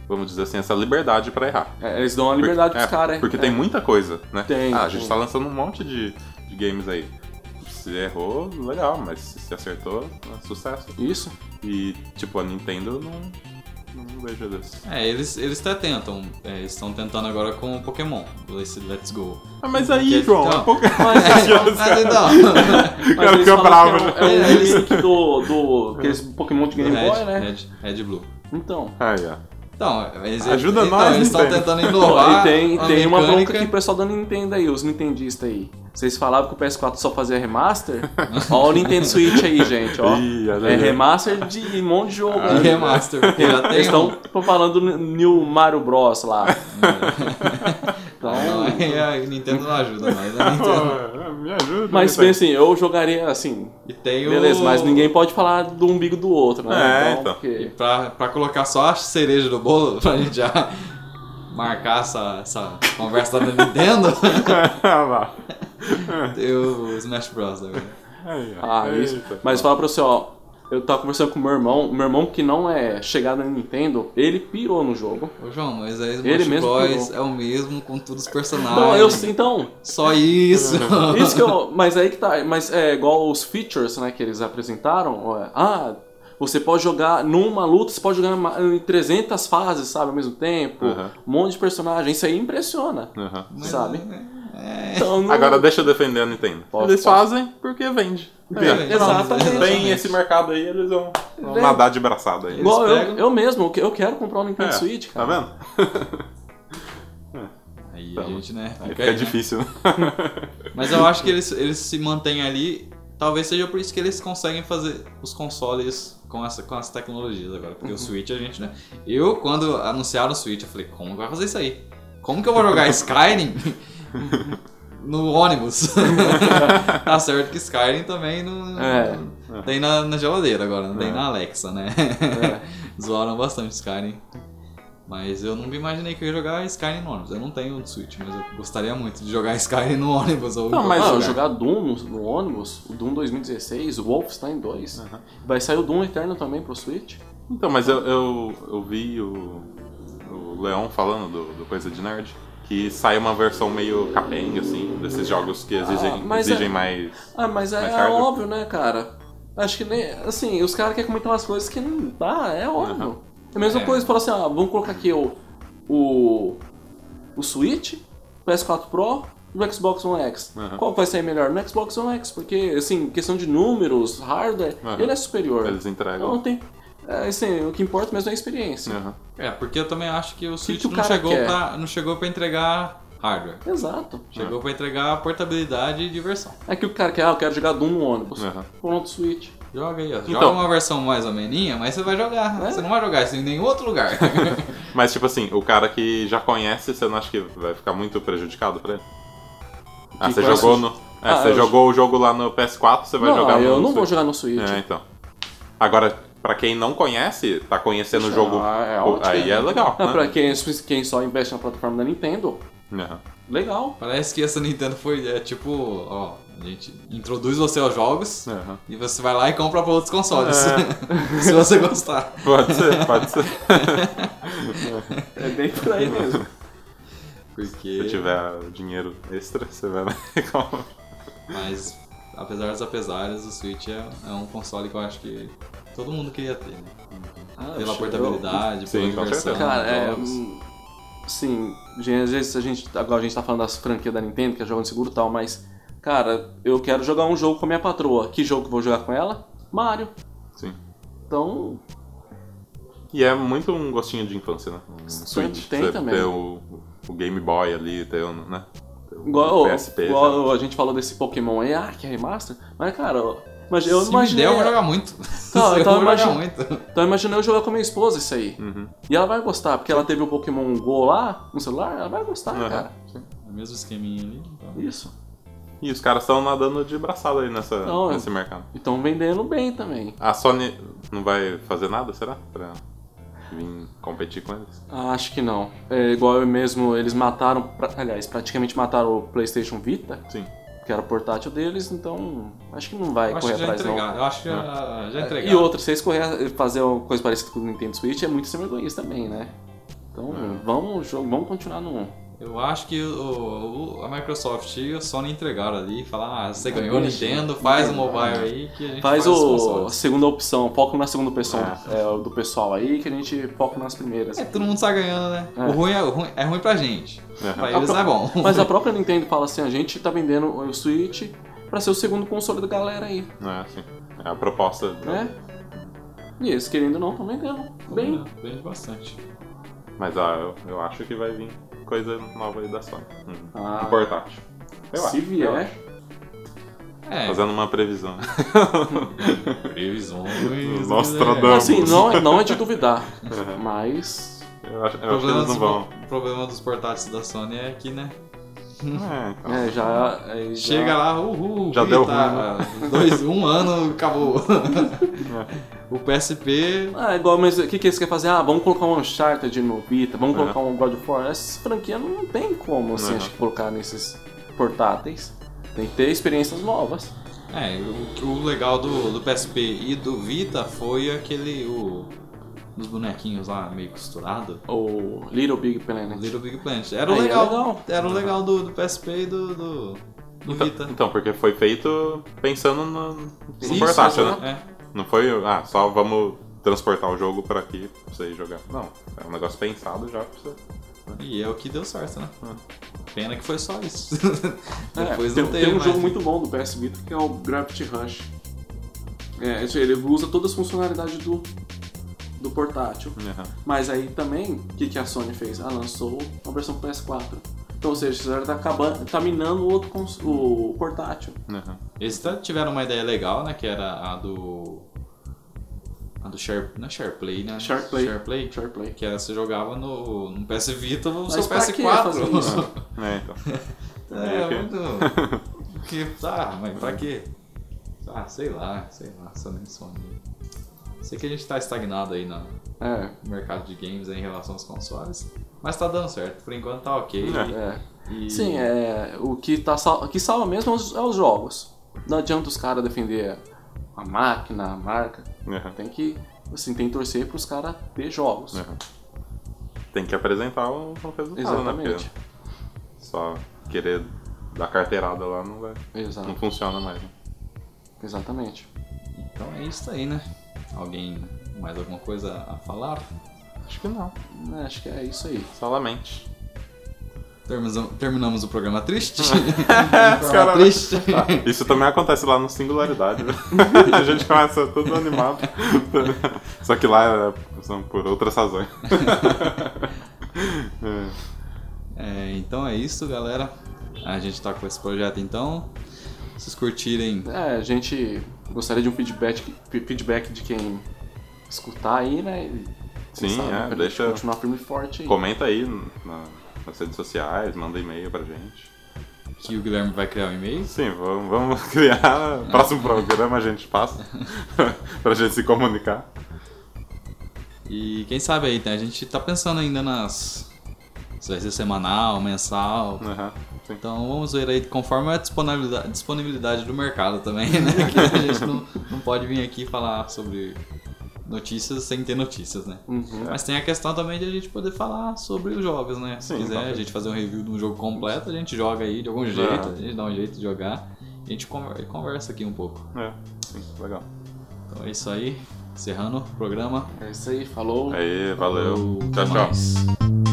Speaker 2: vamos dizer assim, essa liberdade pra errar.
Speaker 3: É, eles dão a liberdade
Speaker 2: Porque-
Speaker 3: pros
Speaker 2: é,
Speaker 3: caras.
Speaker 2: Porque
Speaker 3: é.
Speaker 2: tem muita coisa, né?
Speaker 3: Tem,
Speaker 2: Ah, a gente
Speaker 3: tem.
Speaker 2: tá lançando um monte de, de games aí. Se errou, legal, mas se se acertou, é sucesso.
Speaker 3: Isso.
Speaker 2: E, tipo, a Nintendo não, não vejo desse.
Speaker 1: É, eles, eles até tentam. É, eles estão tentando agora com o Pokémon, esse Let's Go.
Speaker 2: Ah, mas
Speaker 1: Que-
Speaker 2: aí, João,
Speaker 1: então.
Speaker 2: é pouca
Speaker 1: Mas, mas então.
Speaker 2: O
Speaker 3: Mas
Speaker 2: cara
Speaker 3: eles
Speaker 2: fica
Speaker 3: falam
Speaker 2: bravo. né?
Speaker 3: que É, um- é um link do, do aqueles Pokémon de Game Boy,
Speaker 1: Red,
Speaker 3: né?
Speaker 1: Red, Red Blue.
Speaker 3: Então.
Speaker 2: Aí, ó.
Speaker 1: Então, eles,
Speaker 2: Ajuda
Speaker 1: então,
Speaker 2: nós,
Speaker 1: eles estão
Speaker 2: Nintendo.
Speaker 1: tentando inovar.
Speaker 3: e tem,
Speaker 1: a
Speaker 3: tem uma bronca
Speaker 1: mecânica.
Speaker 3: aqui pro pessoal da Nintendo aí, os nintendistas aí. Vocês falavam que o PS4 só fazia remaster? ó o Nintendo Switch aí, gente, ó.
Speaker 2: Ih, olha
Speaker 3: é
Speaker 2: aí.
Speaker 3: remaster de um monte de jogo.
Speaker 1: de É remaster. porque Já tem né?
Speaker 3: Eles estão falando no New Mario Bros lá. Então,
Speaker 1: um. Aí a Nintendo não ajuda mais. A Nintendo...
Speaker 2: Pô, me ajuda.
Speaker 3: é. Mas
Speaker 2: Nintendo.
Speaker 3: bem assim, eu jogaria assim.
Speaker 1: E tem o...
Speaker 3: Beleza, mas ninguém pode falar do umbigo do outro, né?
Speaker 2: É, então.
Speaker 1: E
Speaker 3: porque-
Speaker 1: pra, pra colocar só a cereja do bolo, pra gente já marcar essa, essa conversa da Nintendo,
Speaker 2: Ah, lá.
Speaker 1: tem o Smash Bros. agora.
Speaker 2: Aí, ó. É
Speaker 3: Ah, isso.
Speaker 2: Eita.
Speaker 3: Mas fala pra você, ó. Eu tava conversando com meu irmão, meu irmão que não é chegado na Nintendo, ele pirou no jogo.
Speaker 1: Ô João, mas aí
Speaker 3: Ele
Speaker 1: Smash
Speaker 3: mesmo
Speaker 1: Bros.
Speaker 3: pegou.
Speaker 1: é o mesmo com todos os
Speaker 3: Então,
Speaker 1: personagens.
Speaker 3: eu, então,
Speaker 1: Só isso.
Speaker 3: Isso que eu. Mas aí que tá. Mas é igual os features, né, que eles apresentaram. é, Ah, você pode jogar numa luta, você pode jogar numa- em 300 fases, sabe, ao mesmo tempo.
Speaker 2: Aham.
Speaker 3: Um monte de personagem. Isso aí impressiona.
Speaker 2: Aham.
Speaker 1: Mas,
Speaker 3: sabe?
Speaker 1: É...
Speaker 3: Então, não-
Speaker 2: Agora deixa eu defender a Nintendo.
Speaker 3: Pode,
Speaker 2: eles
Speaker 3: pode.
Speaker 2: fazem porque vende.
Speaker 1: Vende.
Speaker 2: É.
Speaker 3: Exatamente.
Speaker 2: Tem esse mercado aí, eles vão, vão nadar de braçada aí.
Speaker 3: Igual
Speaker 1: eles
Speaker 3: eu,
Speaker 1: pegam-
Speaker 3: eu mesmo, eu que- eu quero comprar um Nintendo
Speaker 2: É,
Speaker 3: Switch,
Speaker 2: Tá
Speaker 3: cara.
Speaker 2: vendo?
Speaker 1: Aí a
Speaker 2: Tá bom.
Speaker 1: gente, né?
Speaker 2: Aí
Speaker 1: aí,
Speaker 2: fica
Speaker 1: né?
Speaker 2: difícil.
Speaker 1: Mas eu acho que eles, eles se mantêm ali. Talvez seja por isso que eles conseguem fazer os consoles com, essa, com as tecnologias agora. Porque
Speaker 2: Uhum.
Speaker 1: o Switch, a gente, né? Eu, quando anunciaram o Switch, eu falei, como que vai fazer isso aí? Como que eu vou jogar Skyrim no ônibus? tá certo que Skyrim também não.
Speaker 3: É.
Speaker 1: não- Tem na, na geladeira agora, não tem
Speaker 2: É.
Speaker 1: na Alexa, né?
Speaker 3: É.
Speaker 1: Zoaram bastante Skyrim. Mas eu nunca imaginei que eu ia jogar Skyrim no ônibus. Eu não tenho um Switch, mas eu gostaria muito de jogar Skyrim no ônibus. Ou
Speaker 2: Não, mas
Speaker 3: ah, eu
Speaker 2: jogar.
Speaker 3: jogar Doom no, no ônibus, o Doom 2016, o Wolfenstein 2.
Speaker 2: Aham.
Speaker 3: Vai sair o Doom Eterno também pro Switch?
Speaker 2: Então, mas eu, eu, eu vi o, o Leon falando do, do Coisa de Nerd que sai uma versão meio capenga, assim, desses jogos que exigem,
Speaker 3: mas
Speaker 2: exigem
Speaker 3: é-
Speaker 2: mais.
Speaker 3: Ah, mas é,
Speaker 2: Mais
Speaker 3: é
Speaker 2: hardware.
Speaker 3: óbvio, né, cara? Acho que nem. Assim, os caras querem comentar umas coisas que não dá, é óbvio.
Speaker 2: Aham.
Speaker 3: É a mesma
Speaker 1: É.
Speaker 3: coisa, fala assim, ah, vamos colocar aqui o. O. O Switch, o PS4 Pro e o Xbox One X.
Speaker 2: Aham.
Speaker 3: Qual vai sair melhor? No Xbox One X, porque, assim, questão de números, hardware,
Speaker 2: Aham.
Speaker 3: ele é superior.
Speaker 2: Eles entregam.
Speaker 3: Então tem. é, assim, o que importa mesmo é a experiência.
Speaker 2: Aham.
Speaker 1: É, porque eu também acho que o Switch
Speaker 3: que o
Speaker 1: não,
Speaker 3: cara
Speaker 1: chegou
Speaker 3: quer?
Speaker 1: pra, não chegou pra entregar hardware.
Speaker 2: É.
Speaker 3: Exato.
Speaker 1: Chegou pra entregar portabilidade e diversão.
Speaker 3: É que o cara quer, ah, eu quero jogar Doom no ônibus.
Speaker 2: Aham.
Speaker 3: Pronto, Switch.
Speaker 1: Joga aí, ó. Joga
Speaker 2: Então.
Speaker 1: uma versão mais ou meninha, mas você vai jogar.
Speaker 3: É.
Speaker 1: Você não vai jogar isso em nenhum outro lugar.
Speaker 2: Mas, tipo assim, o cara que já conhece, você não acha que vai ficar muito prejudicado pra ele? Ah,
Speaker 3: Que
Speaker 2: você
Speaker 3: conhece
Speaker 2: jogou
Speaker 3: o-
Speaker 2: no. É,
Speaker 3: Ah,
Speaker 2: você
Speaker 3: eu-
Speaker 2: jogou o jogo lá no PS4, você vai
Speaker 3: não,
Speaker 2: jogar no.
Speaker 3: eu não vou
Speaker 2: Switch.
Speaker 3: jogar no Switch.
Speaker 2: É, então. Agora, pra quem não conhece, tá conhecendo o jogo.
Speaker 3: Ah, é
Speaker 2: pô,
Speaker 3: ótimo.
Speaker 2: aí é legal.
Speaker 3: Não,
Speaker 2: né?
Speaker 3: pra quem, quem só investe na plataforma da Nintendo,
Speaker 2: Aham.
Speaker 3: legal.
Speaker 1: Parece que essa Nintendo foi, é tipo, ó, a gente introduz você aos jogos
Speaker 2: Aham.
Speaker 1: e você vai lá e compra pra outros consoles. Se você gostar.
Speaker 2: Pode ser, pode ser.
Speaker 3: É bem por aí mesmo.
Speaker 1: Porque.
Speaker 2: Se tiver dinheiro extra, você vai lá e compra.
Speaker 1: Mas, apesar dos apesares, o Switch é, é um console que eu acho que todo mundo queria ter, né? Pela portabilidade,
Speaker 2: Sim, com
Speaker 1: pela diversão. Então,
Speaker 2: certeza.
Speaker 3: Cara, é.
Speaker 1: dos jogos.
Speaker 3: hum, Sim, gente, às vezes a gente. Agora a gente tá falando das franquias da Nintendo, que é jogando seguro e tal, mas. Cara, eu quero jogar um jogo com a minha patroa. Que jogo que eu vou jogar com ela? Mario.
Speaker 2: Sim.
Speaker 3: Então,
Speaker 2: E é muito um gostinho de infância, né? Um Switch.
Speaker 3: tem
Speaker 2: Você
Speaker 3: também.
Speaker 2: Ter o, o Game Boy ali, ter o, né? Ter o
Speaker 3: igual,
Speaker 2: PSP. já.
Speaker 3: igual a gente falou desse Pokémon aí, ah, que é remaster. Mas, cara, eu, mas eu
Speaker 1: Se
Speaker 3: imaginei.
Speaker 1: me der, eu vou jogar muito.
Speaker 3: Não,
Speaker 1: eu
Speaker 3: então
Speaker 1: vou jogar
Speaker 3: imagina-
Speaker 1: muito.
Speaker 3: Então eu imaginei eu jogar com a minha esposa isso aí.
Speaker 2: Uhum.
Speaker 3: E ela vai gostar, porque ela teve o Pokémon GO lá no celular, ela vai gostar,
Speaker 1: Uhum.
Speaker 2: Aham.
Speaker 3: cara.
Speaker 1: O mesmo esqueminha ali. então.
Speaker 3: Isso.
Speaker 2: E os caras estão nadando de braçada aí nessa,
Speaker 3: Não,
Speaker 2: nesse mercado.
Speaker 3: Então vendendo bem também.
Speaker 2: A Sony não vai fazer nada, será? Pra vir competir com eles?
Speaker 3: Ah, Acho que não. É igual eu mesmo, eles mataram, pra- aliás, praticamente mataram o PlayStation Vita,
Speaker 2: Sim.
Speaker 3: que era o portátil deles, então acho que não vai
Speaker 1: Eu acho
Speaker 3: correr
Speaker 1: que já
Speaker 3: atrás não. Ah.
Speaker 1: entregaram. Eu acho que já, já entregaram.
Speaker 3: E outra, se eles correr, fazer uma coisa parecida com o Nintendo Switch é muito sem vergonhice também, né? Então
Speaker 1: Uhum.
Speaker 3: vamos, jo- vamos continuar no.
Speaker 1: Eu acho que o, o- a Microsoft e a Sony entregaram ali e falaram, ah, você ganhou o
Speaker 3: Deixa.
Speaker 1: Nintendo, faz o
Speaker 3: Não,
Speaker 1: mobile aí que a gente
Speaker 3: Faz,
Speaker 1: faz os
Speaker 3: o, a
Speaker 1: consoles.
Speaker 3: segunda opção, foco na segunda opção é, do pessoal aí, que a gente foca nas primeiras.
Speaker 1: É, todo mundo tá ganhando, né?
Speaker 3: É. Ah,
Speaker 1: O, ruim é, o ruim é ruim pra gente.
Speaker 2: Aham.
Speaker 1: Pra eles é bom.
Speaker 3: Mas a própria Nintendo fala assim, a gente tá vendendo o Switch pra ser o segundo console da galera aí,
Speaker 2: É, assim. É a proposta.
Speaker 3: né? E eles querendo ou não, estão vendendo. Bem,
Speaker 1: Bem bastante.
Speaker 2: Mas ah, eu, eu acho que vai vir coisa nova aí da Sony. Hum.
Speaker 3: Ah.
Speaker 2: Um portátil. Eu
Speaker 3: se
Speaker 2: acho, eu
Speaker 3: vier,
Speaker 2: acho.
Speaker 1: É,
Speaker 2: Fazendo uma previsão.
Speaker 1: previsões.
Speaker 2: Nostradamus.
Speaker 3: assim, não, é- não é de duvidar, mas...
Speaker 2: Eu acho,
Speaker 1: O
Speaker 2: eu acho que
Speaker 1: problema,
Speaker 2: eles
Speaker 1: dos,
Speaker 2: não vão.
Speaker 1: o problema dos portáteis da Sony é que, né?
Speaker 2: É, então.
Speaker 3: É, já, é, já-
Speaker 1: Chega lá, uhul,
Speaker 2: Já
Speaker 1: Vita,
Speaker 2: deu ruim, né?
Speaker 1: dois, um ano, acabou. o PSP
Speaker 3: Ah, igual, mas o que, que eles querem fazer? Ah, vamos colocar um Uncharted no Vita, vamos
Speaker 2: É.
Speaker 3: colocar um God of War. Essas franquias não tem como, assim,
Speaker 2: Não.
Speaker 3: acho que colocar nesses portáteis. Tem que ter experiências novas.
Speaker 1: É, o, o legal do, do PSP e do Vita foi aquele. O, os bonequinhos lá meio costurado.
Speaker 3: O Little Big Planet.
Speaker 1: Little Big Planet. Era o
Speaker 3: Aí é
Speaker 1: legal.
Speaker 3: legal.
Speaker 1: Era o legal do, do PSP e do. do, do Vita.
Speaker 2: Uhum. Então, porque foi feito pensando no, no
Speaker 1: Isso,
Speaker 2: portátil, né?
Speaker 1: é.
Speaker 2: Não foi, ah, só vamos transportar o jogo pra aqui pra você ir jogar. Não, é um negócio pensado já pra você.
Speaker 1: E é o que deu certo, né?
Speaker 2: Hum.
Speaker 1: Pena que foi só isso.
Speaker 3: Ah. É,
Speaker 1: Depois
Speaker 3: tem,
Speaker 1: não
Speaker 3: tem
Speaker 1: teve
Speaker 3: um
Speaker 1: mais.
Speaker 3: jogo muito bom do PS Vita que é o Gravity Rush. É, isso aí, ele usa todas as funcionalidades do, do portátil.
Speaker 2: Aham.
Speaker 3: Mas aí também, o que, que a Sony fez? Ela lançou uma versão pro PS4. Então, ou seja, ela tá, acabando, tá minando o, outro cons- o portátil.
Speaker 2: aham.
Speaker 1: Eles até tiveram uma ideia legal, né? Que era a do. A do Share. Não é SharePlay, né?
Speaker 3: SharePlay.
Speaker 1: SharePlay.
Speaker 3: SharePlay.
Speaker 1: Que era você jogava no, no PS Vita ou no seu
Speaker 3: Mas pra que fazer isso?
Speaker 1: PS4.
Speaker 2: É, então.
Speaker 1: É,
Speaker 2: Meio
Speaker 1: muito. que, tá, mas pra quê?
Speaker 3: É.
Speaker 1: Ah, sei lá, sei lá, só nem Sony. Sei que a gente tá estagnado aí na-
Speaker 3: É,
Speaker 1: no mercado de games aí em relação aos consoles, mas tá dando certo, por enquanto tá ok.
Speaker 3: é.
Speaker 1: E,
Speaker 3: Sim, é, o que, tá sal- o que salva mesmo é os, é os jogos. Não adianta os caras defender a máquina, a marca.
Speaker 2: Aham.
Speaker 3: Tem que, assim, tem que torcer pros caras ter jogos.
Speaker 2: Aham. Tem que apresentar o o resultado, né?
Speaker 3: Exatamente.
Speaker 2: Porque só querer dar carteirada lá não vai. Não
Speaker 3: Exato.
Speaker 2: funciona mais. né?
Speaker 3: Exatamente.
Speaker 1: Então é isso aí, né? Alguém mais alguma coisa a falar?
Speaker 2: Acho que não.
Speaker 3: É, Acho que é isso aí.
Speaker 2: Só lamente.
Speaker 1: Terminamos, terminamos o programa triste.
Speaker 2: Os
Speaker 1: Os
Speaker 2: cara-
Speaker 1: triste.
Speaker 2: Isso também acontece lá no Singularidade. né? a gente começa todo animado. Só que lá é- são por outras razões. É.
Speaker 1: É, então é isso, galera. A gente tá com esse projeto então. Se vocês curtirem
Speaker 3: É, a gente gostaria de um feedback, feedback de quem escutar aí, né? E,
Speaker 2: Sim,
Speaker 3: sabe,
Speaker 2: é,
Speaker 3: pra gente
Speaker 2: deixa-
Speaker 3: Continuar firme e forte aí.
Speaker 2: Comenta aí na- nas redes sociais, manda e-mail pra gente.
Speaker 1: que o Guilherme vai criar um e-mail.
Speaker 2: Sim, vamos, vamos criar. Próximo programa a gente passa. pra gente se comunicar.
Speaker 1: E quem sabe aí, né? a gente tá pensando ainda nas. Se vai ser semanal, mensal.
Speaker 2: Aham, sim.
Speaker 1: Então vamos ver aí conforme a disponibilidade, disponibilidade do mercado também, né? Que a gente não, não pode vir aqui falar sobre notícias sem ter notícias, né?
Speaker 2: É.
Speaker 3: Uhum.
Speaker 1: Mas tem a questão também de a gente poder falar sobre os jogos, né? Se
Speaker 2: Sim, É.
Speaker 1: quiser
Speaker 2: claro.
Speaker 1: a gente fazer um review de um jogo completo, a gente joga aí de algum jeito, a gente dá um jeito de jogar. A gente conver- conversa aqui um pouco.
Speaker 2: É, sim, legal.
Speaker 1: Então é isso aí. Encerrando o programa.
Speaker 3: É isso aí, falou.
Speaker 2: Aí, valeu.
Speaker 1: Falou,
Speaker 2: Tchau,
Speaker 1: até
Speaker 2: tchau.
Speaker 1: mais.